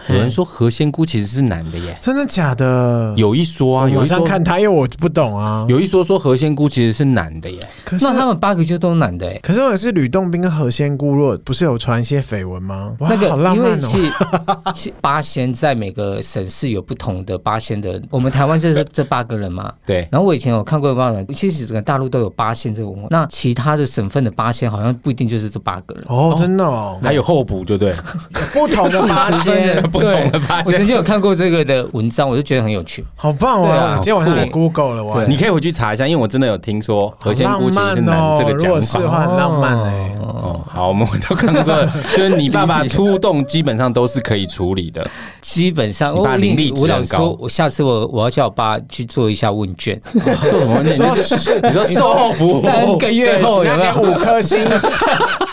Speaker 2: 有人说何仙姑其实是男的耶，
Speaker 3: 真的假的？
Speaker 2: 有一说啊，
Speaker 3: 嗯我
Speaker 2: 有
Speaker 3: 马
Speaker 2: 一
Speaker 3: 上
Speaker 2: 说
Speaker 3: 看他，因为我不懂啊。
Speaker 2: 有一说说何仙姑其实是男的耶。
Speaker 3: 可是
Speaker 4: 那他们八个就都男的哎、
Speaker 3: 可是我是吕洞宾跟何仙姑，若不是有传一些绯闻吗？哇，
Speaker 4: 那个
Speaker 3: 好浪
Speaker 4: 因为
Speaker 3: 漫哦！
Speaker 4: 是 是八仙在每个省市有不同的八仙的，我们台湾就是这八个人嘛。
Speaker 2: 对，
Speaker 4: 然后我以前有看过报道，其实整个大陆都有八仙这个文化，那其他的省份的八仙好像不一定就是这八个人。
Speaker 3: 哦，真的哦，
Speaker 2: 还有候补，就对，
Speaker 3: 不同的八仙，
Speaker 2: 不同的八
Speaker 4: 我曾
Speaker 2: 仙。
Speaker 4: 经有看过这个的文章，我就觉得很有趣。
Speaker 3: 好棒哦！
Speaker 4: 对啊
Speaker 3: 我今天晚上来
Speaker 4: 对
Speaker 3: Google 了，我
Speaker 4: 对
Speaker 2: 哦你可以回去查一下，因为我真的有听说
Speaker 3: 好
Speaker 2: 何仙
Speaker 3: 浪
Speaker 2: 姑其实是
Speaker 3: 漫
Speaker 2: 男
Speaker 3: 哦！
Speaker 2: 这个
Speaker 3: 如
Speaker 2: 讲
Speaker 3: 果是的
Speaker 2: 法。
Speaker 3: 话，很浪漫哎。
Speaker 2: 哦，好，我们回到刚刚 说的，就是你爸爸出动基本上都是可以处理的。
Speaker 4: 基本上，哦
Speaker 2: 你爸
Speaker 4: 我
Speaker 2: 灵力值
Speaker 4: 我老
Speaker 2: 很
Speaker 4: 实
Speaker 2: 高
Speaker 4: 说，我下次我我要叫我爸去做一下 问卷，
Speaker 2: 哦做什么问题？你是 你说售后服务，
Speaker 4: 三个月后
Speaker 3: 对
Speaker 4: 有
Speaker 3: 请
Speaker 4: 没
Speaker 3: 他给
Speaker 4: 有？
Speaker 3: 五颗星，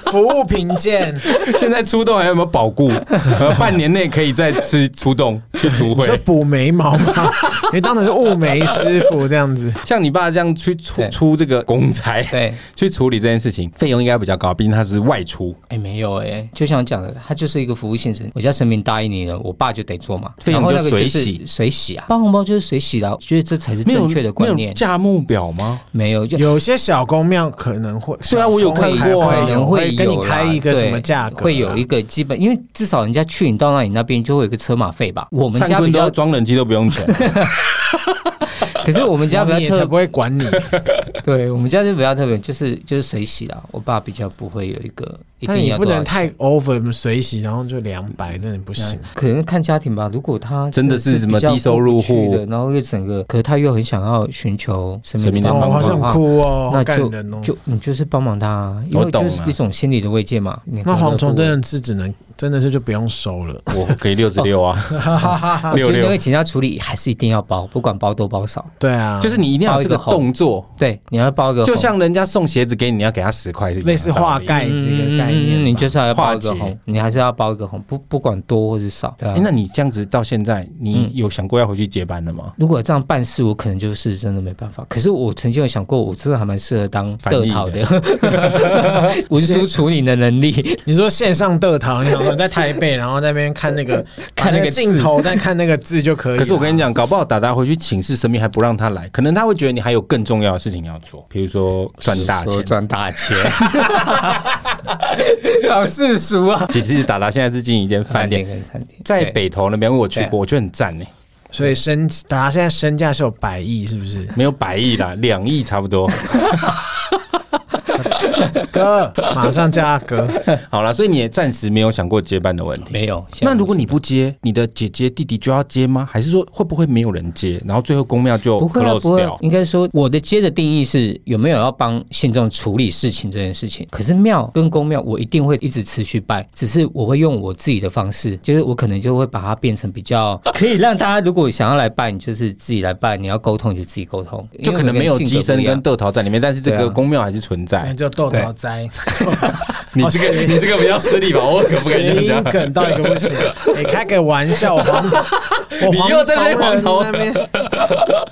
Speaker 3: 服务评 鉴。
Speaker 2: 现在出动还有没有保 固？呃半年内可以再吃出动去除
Speaker 3: 你说
Speaker 2: 灰。
Speaker 3: 补眉毛吗？你当成是雾眉师傅这样子，
Speaker 2: 像你爸这样去出
Speaker 4: 对
Speaker 2: 出这个公差，
Speaker 4: 对，
Speaker 2: 去处理这件事情，费用应该比较高，毕竟他是外出，
Speaker 4: 哎，没有哎、就像讲的，它就是一个服务性质。我家神明答应你了，我爸就得做嘛，
Speaker 2: 费用
Speaker 4: 然后
Speaker 2: 就
Speaker 4: 那个就
Speaker 2: 随
Speaker 4: 是
Speaker 2: 喜
Speaker 4: 随喜啊，包红包就是随喜的啊，我觉得这才是正确的观
Speaker 2: 没有
Speaker 4: 念。
Speaker 2: 价目表吗？
Speaker 4: 没 有，就
Speaker 3: 有些小公庙可能会，
Speaker 2: 对啊我有看过啊
Speaker 3: 可
Speaker 4: 可能会
Speaker 3: 跟你
Speaker 4: 有啦
Speaker 3: 开一个什么
Speaker 4: 对
Speaker 3: 价格啊啦，
Speaker 4: 会有一个基本，因为至少人家去你到那里那边就会有一个车马费吧。我们
Speaker 2: 灿
Speaker 4: 家
Speaker 2: 坤
Speaker 4: 比
Speaker 2: 都
Speaker 4: 较
Speaker 2: 要，装冷气都不用 钱，
Speaker 4: 可是我们家 比
Speaker 3: 王
Speaker 4: 较
Speaker 3: 爷才
Speaker 4: 特
Speaker 3: 不会管你。
Speaker 4: 对我们家就比较特别，就是就是随喜啦。我爸比较不会有一个 一
Speaker 3: 但
Speaker 4: 定
Speaker 3: 你
Speaker 4: 要
Speaker 3: 不
Speaker 4: 多少
Speaker 3: 能
Speaker 4: 钱
Speaker 3: 太 over 随喜，然后就两百，那你不行。
Speaker 4: 可能看家庭吧。如果他
Speaker 2: 真的是什么
Speaker 4: 比较
Speaker 2: 低收入户
Speaker 4: 过不去的，然后又整个，可是他又很想要寻求神
Speaker 2: 神明
Speaker 4: 明
Speaker 2: 的
Speaker 4: 的
Speaker 3: 哦，
Speaker 4: 帮
Speaker 2: 帮
Speaker 4: 忙
Speaker 3: 我好
Speaker 2: 忙嗯
Speaker 4: 的
Speaker 3: 想
Speaker 4: 话，
Speaker 3: 哭哦，好
Speaker 4: 那
Speaker 3: 感
Speaker 4: 就
Speaker 3: 人哦。
Speaker 4: 就你就是帮忙他啊，因
Speaker 2: 我
Speaker 4: 为
Speaker 2: 懂
Speaker 4: 就
Speaker 2: 了
Speaker 4: 是一种心理的慰藉嘛。你
Speaker 3: 那
Speaker 4: 快乐
Speaker 3: 蝗虫
Speaker 4: 过
Speaker 3: 真的是只能真的是就不用收了。
Speaker 2: 我可以六十六啊，
Speaker 4: 我
Speaker 2: 六
Speaker 4: 觉得那
Speaker 2: 六嗯
Speaker 4: 个，请假处理还是一定要包，不管包多包少。
Speaker 3: 对啊，
Speaker 2: 就是你一定要有这个
Speaker 4: 包一个红
Speaker 2: 动作，
Speaker 4: 对，你要包一个红，
Speaker 2: 就像人家送鞋子给你，你要给他十块，
Speaker 3: 类似化
Speaker 2: 画。
Speaker 3: 盖这个概念吧。
Speaker 4: 嗯，你就是要包一个
Speaker 2: 化
Speaker 4: 红
Speaker 2: 解，
Speaker 4: 你还是要包一个红，不不管多或是少，对啊
Speaker 2: 哎，那你这样子到现在，你
Speaker 4: 嗯
Speaker 2: 有想过要回去接班了吗？
Speaker 4: 如果这样办事，我可能就是真的没办法。可是我曾经有想过，我真的还蛮适合当
Speaker 2: 翻译
Speaker 4: 德
Speaker 2: 的
Speaker 4: 考的 文书处理的能力。
Speaker 3: 你说线上得堂，你想说在台北，然后在那边看 那个
Speaker 4: 看那
Speaker 3: 把
Speaker 4: 个
Speaker 3: 个镜
Speaker 4: 字
Speaker 3: 头，但看那个字就可以了。
Speaker 2: 可是我跟你讲，搞不好达达回去请示神明还不让他来，可能他会觉得你还有更重要的事情要做，比如说赚大
Speaker 4: 说
Speaker 2: 钱。
Speaker 4: 赚大钱， 好世俗啊！
Speaker 2: 其实达达现在是经营一间饭店，
Speaker 4: 跟餐厅
Speaker 2: 在，北投那边，因为我去过，
Speaker 4: 对
Speaker 2: 我觉得很赞呢。欸
Speaker 3: 所以身大家现在身价是有百亿，是
Speaker 2: ？
Speaker 3: 不是
Speaker 2: 没有百亿啦，两亿差不 多。
Speaker 3: 哥，马上叫他哥。
Speaker 2: 好啦，所以你也暂时没有想过接班的问
Speaker 4: 对
Speaker 2: 题。
Speaker 4: 没有。
Speaker 2: 那如果你不接，你的姐姐弟弟就要接吗？还是说会不会没有人接，然后最后公庙就
Speaker 4: 不会啊不
Speaker 2: close
Speaker 4: 会
Speaker 2: 掉
Speaker 4: 啊，？应该说我的接的定义是有没有要帮信众处理事情这件事情。可是庙跟公庙，我一定会一直持续拜，只是我会用我自己的方式，就是我可能就会把它变成比 较可以让大家如果想要来拜，你就是自己来拜，你要沟通你就自己沟通，
Speaker 2: 就可能没有机身跟豆桃在里面，但是这
Speaker 4: 对
Speaker 2: 个
Speaker 4: 啊
Speaker 2: 公庙还是存在。
Speaker 3: 哎就豆
Speaker 4: 对哦
Speaker 3: 豆灾， 哦
Speaker 2: 你 这个 你这个比较失礼吧，我可不敢这
Speaker 3: 谐音
Speaker 2: 样讲。
Speaker 3: 梗到一个不行。哎、开个玩笑，我黄我
Speaker 2: 你又在那边
Speaker 3: 黄
Speaker 2: 黄
Speaker 3: 朝
Speaker 2: 朝
Speaker 3: 人那边，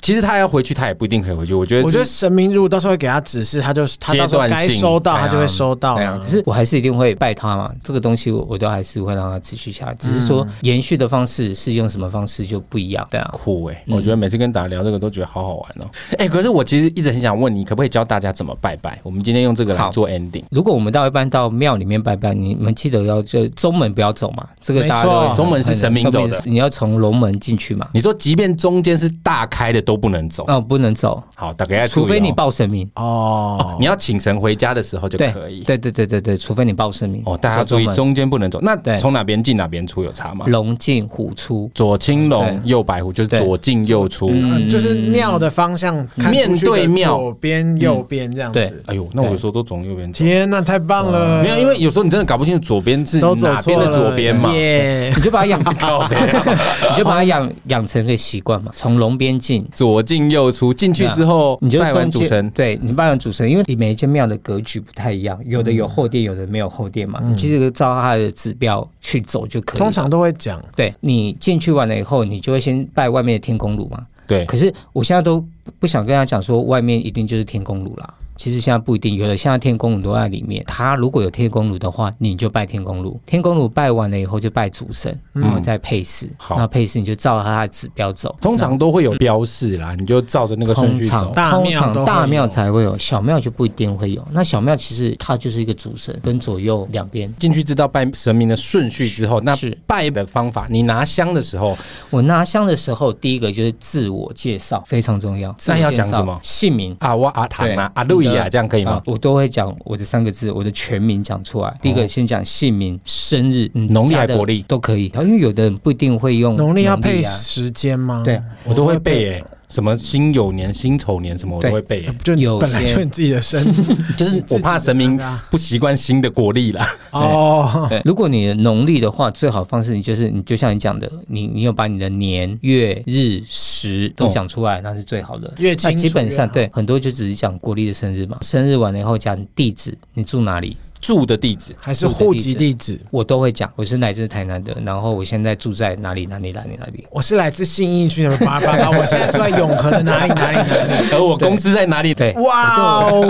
Speaker 2: 其实他要回去，他也不一定可以回去。我觉得，
Speaker 3: 我觉得神明如果到时候会给他指示，他就是他
Speaker 2: 阶
Speaker 3: 到时候
Speaker 2: 段
Speaker 3: 该
Speaker 2: 性
Speaker 3: 收到，他就
Speaker 2: 对
Speaker 3: 会
Speaker 2: 啊
Speaker 3: 收到
Speaker 2: 对
Speaker 3: 啊、
Speaker 2: 啊
Speaker 4: 可是我还是一定会拜他嘛，这个东西我我都还是会让它持续下来，只是
Speaker 2: 嗯
Speaker 4: 说延续的方式是用什么方式就不一样，对啊。
Speaker 2: 酷哎、我觉得每次跟大家聊这个都觉得好好玩哦、哎、可是我其实一直很想问你，可不可以教大家怎么拜拜？我们今天用这个来
Speaker 4: 好
Speaker 2: 做 ending。
Speaker 4: 如果我们到一般到庙里面拜拜，你们记得要就中门不要走嘛，这个
Speaker 3: 没
Speaker 4: 大家都
Speaker 3: 错
Speaker 4: 会
Speaker 2: 中门是神明走的
Speaker 4: 中门是你要从龙门进去嘛，
Speaker 2: 你说，即便中间是大开的都不能走，
Speaker 4: 哦不能走，
Speaker 2: 好，大概
Speaker 4: 除非你报神明，
Speaker 3: 哦，
Speaker 2: 你要请神回家的时候就
Speaker 4: 对
Speaker 2: 可以。
Speaker 4: 对对对对对，除非你报神明。
Speaker 2: 哦，大家
Speaker 4: 走
Speaker 2: 注意
Speaker 4: 门
Speaker 2: 中间不能走。那
Speaker 4: 对
Speaker 2: 从哪边进哪边出有差吗？
Speaker 4: 龙进虎出，
Speaker 2: 左青龙，
Speaker 4: 对
Speaker 2: 右白虎，就是
Speaker 4: 对
Speaker 2: 左进右出。
Speaker 3: 嗯就是庙的方向，看
Speaker 2: 面
Speaker 3: 出去的
Speaker 2: 对庙
Speaker 3: 左边右边这样
Speaker 4: 对
Speaker 3: 子。
Speaker 2: 哎呦，那我有时候都从右边走，
Speaker 3: 天呐，太棒了！
Speaker 2: 没有，因为有时候你真的搞不清楚左边是
Speaker 3: 都走
Speaker 2: 哪
Speaker 3: 错
Speaker 2: 边的
Speaker 3: 了
Speaker 2: 左边嘛。
Speaker 3: 耶
Speaker 4: 你就把它 养，
Speaker 2: 靠北
Speaker 4: 你就把它养养成个习惯嘛，从龙边进。
Speaker 2: 左进右出，进去之后
Speaker 4: 你就
Speaker 2: 拜完
Speaker 4: 中
Speaker 2: 主
Speaker 4: 间，
Speaker 2: 神，
Speaker 4: 对你拜完主神，因为你每一间庙的格局不太一样，有
Speaker 2: 嗯
Speaker 4: 的有后殿，有的没有后殿嘛，你其实照它的指标去走就
Speaker 2: 啊
Speaker 4: 可以了。
Speaker 3: 通常都会讲，
Speaker 4: 对你进去完了以后，你就会先拜外面的天公炉嘛。
Speaker 2: 对，
Speaker 4: 可是我现在都不想跟他讲说外面一定就是天公炉啦。其实现在不一定，有的现在天公炉都在里面。他如果有天公炉的话，你就拜天公炉。天公炉拜完了以后就拜主神，然后再配饰。
Speaker 2: 嗯好
Speaker 4: 那配饰你就照他的指标走。
Speaker 2: 通常都会有标示啦，你就照着那个顺
Speaker 4: 嗯通
Speaker 2: 序
Speaker 4: 常
Speaker 2: 走。
Speaker 3: 大
Speaker 4: 通
Speaker 3: 庙都会
Speaker 4: 常大
Speaker 3: 有
Speaker 4: 庙才会有，小庙就不一定会有。那小庙其实它就是一个主神跟左右两边。
Speaker 2: 进去知道拜神明的顺序之后，那
Speaker 4: 是
Speaker 2: 拜的方法，你拿香的时候，
Speaker 4: 我拿香的时候，第一个就是自我介绍，非常重要。
Speaker 2: 那要
Speaker 4: 自我介
Speaker 2: 讲
Speaker 4: 绍
Speaker 2: 什么
Speaker 4: 姓名。
Speaker 2: 啊，我阿唐啊，阿路易啊，这样可以吗
Speaker 4: 啊？，我都会讲我的三个字，我的全名讲出来。第一个先讲姓名、生日、嗯
Speaker 2: 哦农历
Speaker 4: 家
Speaker 2: 还
Speaker 4: 的
Speaker 2: 国历
Speaker 4: 都可以，因为有的人不一定会用
Speaker 3: 农历要配
Speaker 4: 啊
Speaker 3: 时间吗？
Speaker 4: 对，
Speaker 2: 嗯我都会背诶，什么辛酉年、辛丑年什么，我都会背耶。
Speaker 3: 就你
Speaker 4: 有
Speaker 3: 本来
Speaker 4: 些
Speaker 3: 就你自己的生日
Speaker 2: 就是我怕神明不习惯新的国历啦。
Speaker 3: 哦，
Speaker 4: 对，如果你的农历的话，最好方式你就是你就像你讲的，你你有把你的年月日时都讲出来，那是最好的。
Speaker 3: 越清
Speaker 4: 那
Speaker 2: 啊
Speaker 3: 楚
Speaker 4: 基本
Speaker 3: 越
Speaker 4: 上
Speaker 3: 好
Speaker 4: 对很多就只是讲国历的生日嘛，生日完了以后讲地址，你住哪里，
Speaker 2: 住的地址，
Speaker 3: 还是户籍地址。
Speaker 4: 我都会讲，我是来自台南的，然后我现在住在哪里哪里哪里哪里。
Speaker 3: 我是来自信义区的八八八，我现在住在永和的哪里哪里哪里。
Speaker 2: 而 我公司在哪里？
Speaker 4: 对，
Speaker 3: 哇哦，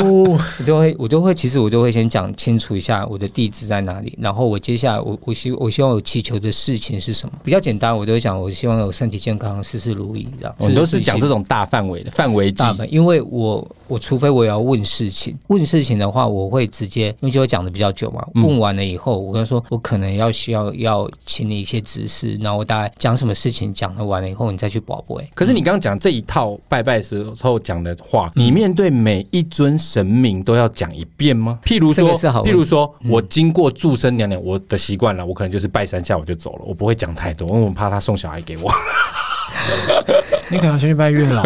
Speaker 4: 我都会，我都会，其实我都会先讲清楚一下我的地址在哪里，然后我接下来我我希我希望我祈求的事情是什么，比较简单，我都会讲我希望我身体健康，事事如意，这样。
Speaker 2: 我们都是讲这种大范围的范围计
Speaker 4: 大门，因为我我除非我要问事情，问事情的话，我会直接，因为就会讲的比较久嘛。
Speaker 3: 嗯
Speaker 4: 问完了以后，我跟他说，我可能要需要要请你一些指示，然后我大概讲什么事情讲了完了以后，你再去保播。
Speaker 2: 可是你刚刚讲这一套拜拜时候讲的话，你面对每一尊神明都要讲一遍吗？譬如
Speaker 4: 这
Speaker 2: 说
Speaker 4: 个是好，问
Speaker 2: 譬如说我经过祝生娘娘，我的习惯了，我可能就是拜三下我就走了，我不会讲太多，因为我怕她送小孩给我。
Speaker 3: 你可能要先去拜月 老，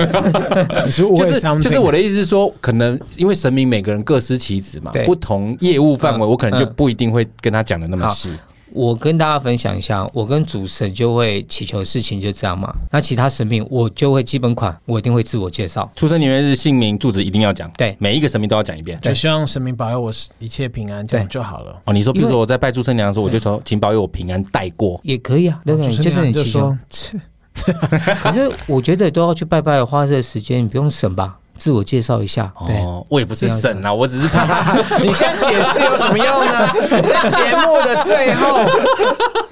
Speaker 3: 你是误
Speaker 2: 就
Speaker 3: 会
Speaker 2: 是
Speaker 3: something。
Speaker 2: 就是我的意思是说，可能因为神明每个人各司其职嘛，
Speaker 4: 对
Speaker 2: 不同业务范围，
Speaker 4: 嗯
Speaker 2: 我可能就不一定会跟他讲的那么细。
Speaker 4: 我跟大家分享一下，我跟主神就会祈求的事情就这样嘛。那其他神明我就会基本款，我一定会自我介绍。
Speaker 2: 出生年月日、姓名、住址一定要讲，
Speaker 4: 对
Speaker 2: 每一个神明都要讲一遍。
Speaker 3: 就希望神明保佑我一切平安，这样
Speaker 4: 对
Speaker 3: 就好了。
Speaker 2: 哦，你说，譬如说我在拜祝生娘的时候，我就说，请保佑我平安带过。
Speaker 4: 也可以啊，对不对？
Speaker 3: 哦主持
Speaker 4: 就是
Speaker 3: 人
Speaker 4: 你
Speaker 3: 就
Speaker 4: 祈求
Speaker 3: 说。，切
Speaker 4: 可是我觉得都要去拜拜的话，这个时间你不用省吧，自我介绍一下。对，
Speaker 2: 哦，我也不是神啊，我只是怕他，
Speaker 3: 你现在解释有什么用呢？在节目的最后，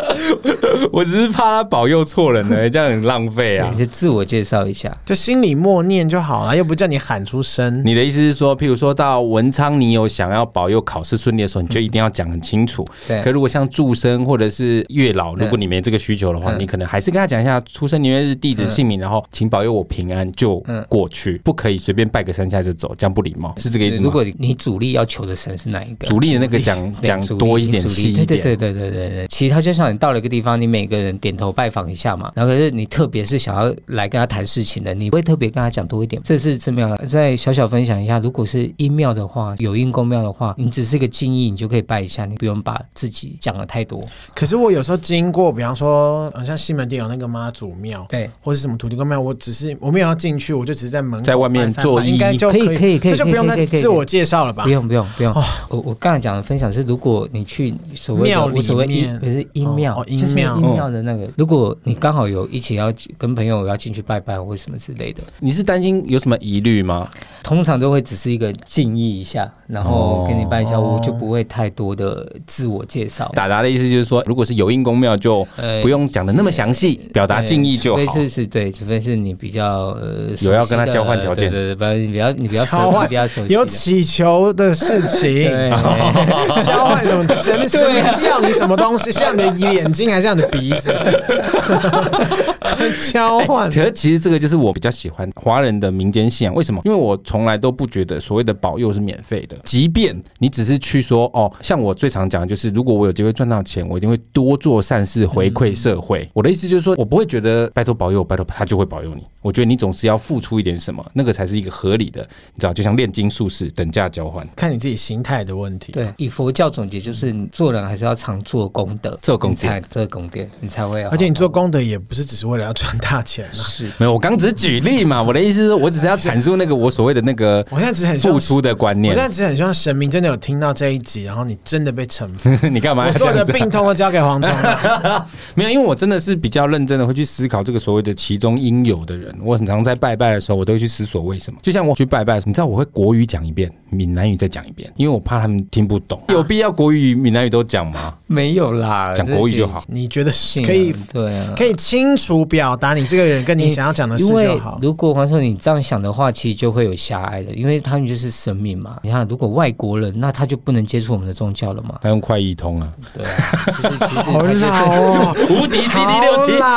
Speaker 2: 我只是怕他保佑错人呢，这样很浪费啊
Speaker 4: 你。就自我介绍一下。
Speaker 3: 就心里默念就好了，又不叫你喊出声。
Speaker 2: 你的意思是说，譬如说到文昌，你有想要保佑考试顺利的时候，你就一定要讲很清楚。
Speaker 4: 对
Speaker 2: 可如果像祝生或者是月老，如果你没这个需求的话，
Speaker 4: 嗯
Speaker 2: 你可能还是跟他讲一下出生年月日、地址、姓名，然后请保佑我平安就过去，不可以随便拜个三下就走，这样不礼貌，是这个意思吗？
Speaker 4: 嗯如果你主力要求的神是哪一个？
Speaker 2: 主力的那个讲
Speaker 4: 对
Speaker 2: 讲
Speaker 4: 主力
Speaker 2: 多一点、
Speaker 4: 主力
Speaker 2: 细一
Speaker 4: 对
Speaker 2: 点，
Speaker 4: 对对对对对对。其他就像你到了一个地方，你每个人点头拜访一下嘛。然后可是你特别是想要来跟他谈事情的，你会特别跟他讲多一点。这是怎么样？再小小分享一下，如果是阴庙的话，有阴公庙的话，你只是一个敬意，你就可以拜一下，你不用把自己讲的太多。
Speaker 3: 可是我有时候经过，比方说，呃像西门町有那个妈祖庙，
Speaker 4: 对，
Speaker 3: 或是什么土地公庙，我只是我没有要进去，我就只是在门口
Speaker 2: 在外面
Speaker 3: 拜三拜
Speaker 2: 做
Speaker 3: 应该
Speaker 2: 揖
Speaker 3: 就
Speaker 4: 可以可以可以
Speaker 3: 这就不用
Speaker 4: 可以可
Speaker 3: 再
Speaker 4: 以可以
Speaker 3: 自我介绍了吧
Speaker 4: 不？用不用不用，
Speaker 2: 哦
Speaker 4: 我我刚才讲的分享是，如果你去所谓
Speaker 3: 庙
Speaker 4: 的
Speaker 3: 里
Speaker 4: 我所谓阴
Speaker 3: 面
Speaker 4: 不是阴庙，
Speaker 3: 哦哦
Speaker 4: 就是
Speaker 3: 阴庙
Speaker 4: 阴庙的那个，如果你刚好有一起要跟朋友要进去拜拜或什么之类的，
Speaker 2: 你是担心有什么疑虑吗？
Speaker 4: 通常都会只是一个敬意一下，然后给你拜一下，
Speaker 3: 哦
Speaker 4: 我就不会太多的自我介绍。
Speaker 2: 达达的意思就是说，如果是有印公庙，就
Speaker 4: 呃
Speaker 2: 不用讲的那么详细，表达敬意就好
Speaker 4: 哎对。除非是是对，除非是你比较呃
Speaker 2: 有要跟他
Speaker 4: 熟悉的
Speaker 2: 交换条件
Speaker 4: 对对对，不要你比较你比较
Speaker 3: 交
Speaker 4: 熟，
Speaker 3: 换
Speaker 4: 你比较熟悉的，
Speaker 3: 有祈求的事情，
Speaker 4: 对
Speaker 2: 哦
Speaker 3: 交换什么神明神明是要你什么东西？是要你的眼睛还是要你的鼻子？交换
Speaker 2: 可是其实这个就是我比较喜欢华人的民间信仰，为什么？因为我从来都不觉得所谓的保佑是免费的，即便你只是去说哦，像我最常讲的就是，如果我有机会赚到钱，我一定会多做善事回馈社
Speaker 3: 嗯
Speaker 2: 会。我的意思就是说，我不会觉得拜托保佑，拜托他就会保佑你。我觉得你总是要付出一点什么，那个才是一个合理的，你知道，就像炼金术士等价交换。
Speaker 3: 看你自己心态的问题。
Speaker 4: 对，以佛教总结就是，你做人还是要常做功德，
Speaker 2: 做功德
Speaker 4: 你才做功德，你才会有好。
Speaker 3: 而且你做功德也不是只是为了要赚大钱 啊。
Speaker 4: 是
Speaker 2: 没有，我刚只是举例嘛，我的意思是我只是要阐述那个我所谓的那个
Speaker 3: 我现在只是很希望
Speaker 2: 付出的观
Speaker 3: 我
Speaker 2: 念
Speaker 3: 现。在只是很希望神明真的有听到这一集，然后你真的被惩罚。
Speaker 2: 你干嘛
Speaker 3: 我
Speaker 2: 要
Speaker 3: 所
Speaker 2: 这
Speaker 3: 有的
Speaker 2: 样子啊？
Speaker 3: 病痛都交给黄忠 了。
Speaker 2: 没有，因为我真的是比较认真的会去思考这个所谓的其中应有的人。我很常在拜拜的时候，我都会去思索为什么。就像我去拜拜的时候，你知道我会国语讲一遍，闽南语再讲一遍，因为我怕他们听不懂。有必要国语、闽南语都讲吗？
Speaker 4: 没有啦，
Speaker 2: 讲国语就好。
Speaker 3: 你觉得
Speaker 4: 这
Speaker 3: 是
Speaker 4: 是。
Speaker 3: 可以
Speaker 4: 对啊，
Speaker 3: 可以清楚表达你这个人跟你想要讲的事
Speaker 4: 因
Speaker 3: 就
Speaker 4: 为
Speaker 3: 好。
Speaker 4: 如果黄总你这样想的话，其实就会有狭隘的，因为他们就是神明嘛。你看，如果外国人，那他就不能接触我们的宗教了嘛。
Speaker 2: 他用快译通啊，
Speaker 4: 对啊，其实其实
Speaker 3: 好
Speaker 4: 他就
Speaker 3: 老哦，
Speaker 2: 无敌 CD E 六
Speaker 3: 好
Speaker 2: 七。
Speaker 3: 老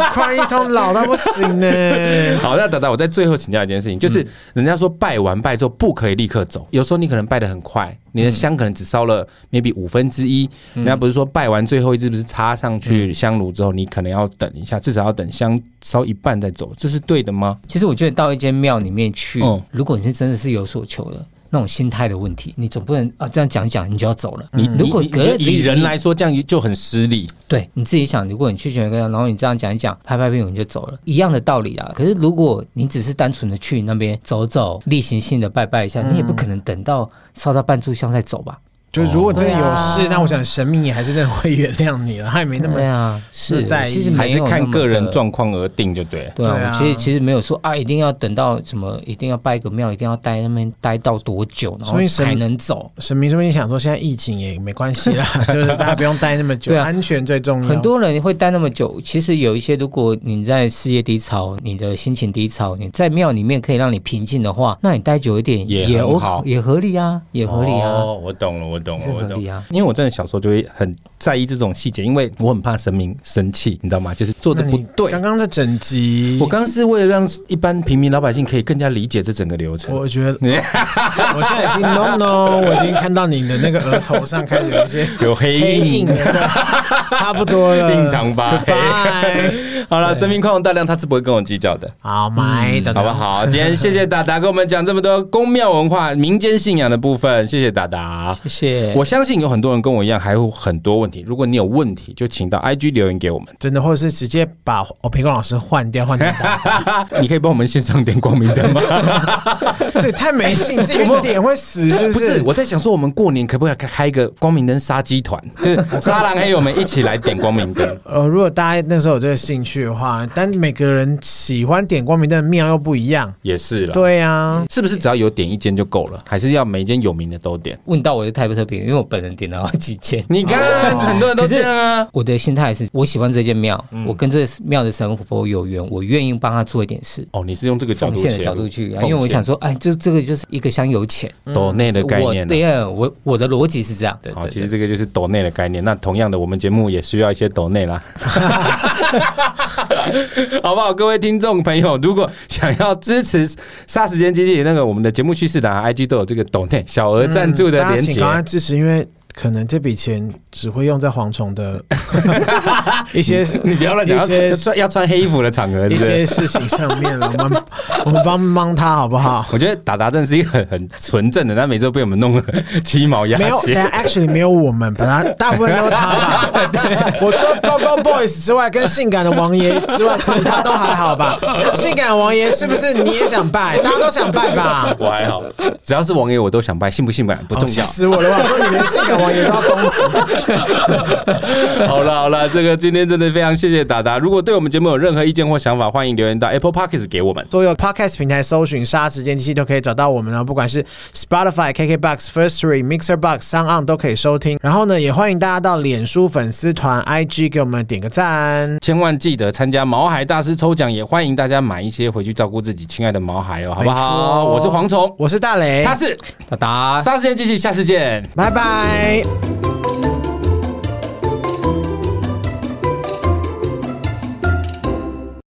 Speaker 3: 哦，快一通老到不行呢。
Speaker 2: 好，那达达，我在最后请教一件事情，
Speaker 4: 嗯
Speaker 2: 就是人家说拜完拜之后不可以立刻走，有时候你可能拜的很快，你的
Speaker 4: 嗯
Speaker 2: 香可能只烧了 maybe 五分之一，人家不是说拜完最后一支不是插上
Speaker 4: 嗯
Speaker 2: 去香炉之后，你可能要等一下，至少要等香烧一半再走，这是对的吗？
Speaker 4: 其实我觉得到一间庙里面去，
Speaker 2: 嗯
Speaker 4: 如果你是真的是有所求的。那种心态的问题，你总不能啊这样讲一讲你就要走了。
Speaker 2: 你
Speaker 4: 如果
Speaker 2: 你
Speaker 4: 可是
Speaker 2: 你以
Speaker 4: 你
Speaker 2: 人来说，这样就很失礼。
Speaker 4: 对，你自己想，如果你去全个，然后你这样讲一讲，拍拍屁股你就走了，一样的道理啊。可是如果你只是单纯的去那边走走，例行性的拜拜一下，你也不可能等到烧到半炷香再走吧？
Speaker 3: 就如果真的有
Speaker 4: 对
Speaker 3: 事
Speaker 4: 啊，
Speaker 3: 那我想神明也还是真的会原谅你了，他也没那么
Speaker 4: 对。啊，是
Speaker 3: 是在意
Speaker 4: 其实
Speaker 2: 还
Speaker 4: 没
Speaker 2: 是
Speaker 4: 有那
Speaker 2: 看
Speaker 4: 么
Speaker 2: 个人
Speaker 4: 的。
Speaker 2: 状况而定，就对了。
Speaker 4: 对
Speaker 3: 对
Speaker 4: 啊，
Speaker 3: 啊
Speaker 4: 我其实其实没有说啊，一定要等到什么，一定要拜个庙，一定要待那边待到多久，然后
Speaker 3: 所以神
Speaker 4: 才能走。
Speaker 3: 神明说不定想说，现在疫情也没关系啦，就是大家不用待那么久，
Speaker 4: 对啊
Speaker 3: 安全最
Speaker 2: 嗯
Speaker 3: 重要。
Speaker 4: 很多人会待那么久，其实有一些，如果你在事业低潮，你的心情低潮，你在庙里面可以让你平静的话，那你待久一点
Speaker 2: 也
Speaker 4: 也
Speaker 2: 很好
Speaker 4: 也合理啊，也合理啊，
Speaker 2: 哦，我懂了，我懂了，
Speaker 4: 是
Speaker 2: 我
Speaker 4: 合
Speaker 2: 懂
Speaker 4: 理啊。
Speaker 2: 因为我真的小时候就会很在意这种细节，因为我很怕神明生气，你知道吗？就是做的
Speaker 3: 那
Speaker 2: 不
Speaker 3: 你
Speaker 2: 对
Speaker 3: 刚。刚的整集，
Speaker 2: 我
Speaker 3: 我
Speaker 2: 刚刚是为了让一般平民老百姓可以更加理解这整个流程。
Speaker 3: 我觉得我现在已经 no no，我已经看到你的那个额头上开始有一些
Speaker 2: 有黑
Speaker 3: 黑
Speaker 2: 印
Speaker 3: 影，了，差不多了，
Speaker 2: 印堂发黑
Speaker 3: Goodbye
Speaker 2: 好了，生命宽容大量，他是不会跟我计较的，
Speaker 3: 好，买的，
Speaker 2: 好不？好？今天谢谢达达跟我们讲这么多宫庙文化、民间信仰的部分，谢谢达达。
Speaker 4: 谢谢。
Speaker 2: 我相信有很多人跟我一样，还有很多问题。如果你有问题，就请到 IG 留言给我们。
Speaker 3: 真的，或者是直接把哦平光老师换掉，换成打，
Speaker 2: 啊你可以帮我们线上点光明灯吗？
Speaker 3: 这也太没信，你自己去点会死是不
Speaker 2: 不是
Speaker 3: 是，？
Speaker 2: 我在想说，我们过年可不可以开一个光明灯杀鸡团，就是沙狼黑友们一起来点光明灯。
Speaker 3: 呃，如果大家那时候有这个兴趣的话，但每个人喜欢点光明灯的庙又不一样。
Speaker 2: 也是了，
Speaker 3: 对啊，
Speaker 2: 是不是只要有点一间就够了？还是要每一间有名的都点？
Speaker 4: 问到我就太不特别，因为我本人点了好几件。
Speaker 2: 你看，很多人都这样啊。
Speaker 4: 我的心态是我喜欢这间庙，
Speaker 2: 嗯
Speaker 4: 我跟这个庙的神佛有缘，我愿意帮他做一点事，
Speaker 2: 哦，你是用这个角
Speaker 4: 奉
Speaker 2: 度
Speaker 4: 献的
Speaker 2: 切
Speaker 4: 角
Speaker 2: 入
Speaker 4: 度去、啊，
Speaker 2: 奉
Speaker 4: 因为我
Speaker 2: 献嗯
Speaker 4: 想说，哎，这这个就是一个香油钱，
Speaker 2: 抖内的概
Speaker 4: 我
Speaker 2: 念啊。
Speaker 4: 对啊，我我的逻辑是这样的。
Speaker 2: 好，
Speaker 4: 对
Speaker 2: 其实这个就是抖内的概念。那同样的，我们节目也需要一些抖内 啦，好不好？各位听众朋友，如果想要支持杀时间机器那个我们的节目叙事档啊 IG 都有这个抖内小额赞助的
Speaker 3: 嗯大家
Speaker 2: 连
Speaker 3: 请
Speaker 2: 接。
Speaker 3: 赶快支持，因为可能这笔钱只会用在蝗虫的 一些
Speaker 2: 你不要乱讲，
Speaker 3: 一些
Speaker 2: 要穿要穿黑衣服的场合，
Speaker 3: 一
Speaker 2: 对不对
Speaker 3: 些？事情上面了。我们 我们帮帮他好 不好？
Speaker 2: 我觉得达达真的是一个很很纯正的，但每次都被我们弄得鸡毛鸭
Speaker 3: 没有，等
Speaker 2: 血。
Speaker 3: 下 actually 没有我们，本来大部分都是他 吧。我除了 Go Go Boys 之外，跟性感的王爷之外，其他都还好吧？性感王爷是不是你也想拜？大家都想拜吧？
Speaker 2: 我还好，只要是王爷我都想拜，信不信拜不重
Speaker 3: 哦 吓
Speaker 2: 要。
Speaker 3: 死我了！我说你连性感王爷都要攻击，
Speaker 2: 好了好了，这个今天真的非常谢谢达达。如果对我们节目有任何意见或想法，欢迎留言到 Apple Podcast 给我们。
Speaker 3: 所有 podcast 平台搜寻“杀时间机器”都可以找到我们哦，不管是 Spotify、KKBox、First Story、Mixer Box、Sound On 都可以收听。然后呢，也欢迎大家到脸书粉丝团、IG 给我们点个赞。
Speaker 2: 千万记得参加毛孩大师抽奖，也欢迎大家买一些回去照顾自己亲爱的毛孩哦，好不好？
Speaker 3: 没错哎啊
Speaker 2: 我是蝗虫，
Speaker 3: 我是大雷
Speaker 2: 他，是
Speaker 4: 达达。
Speaker 2: 杀时间机器，下次见。
Speaker 3: 拜拜。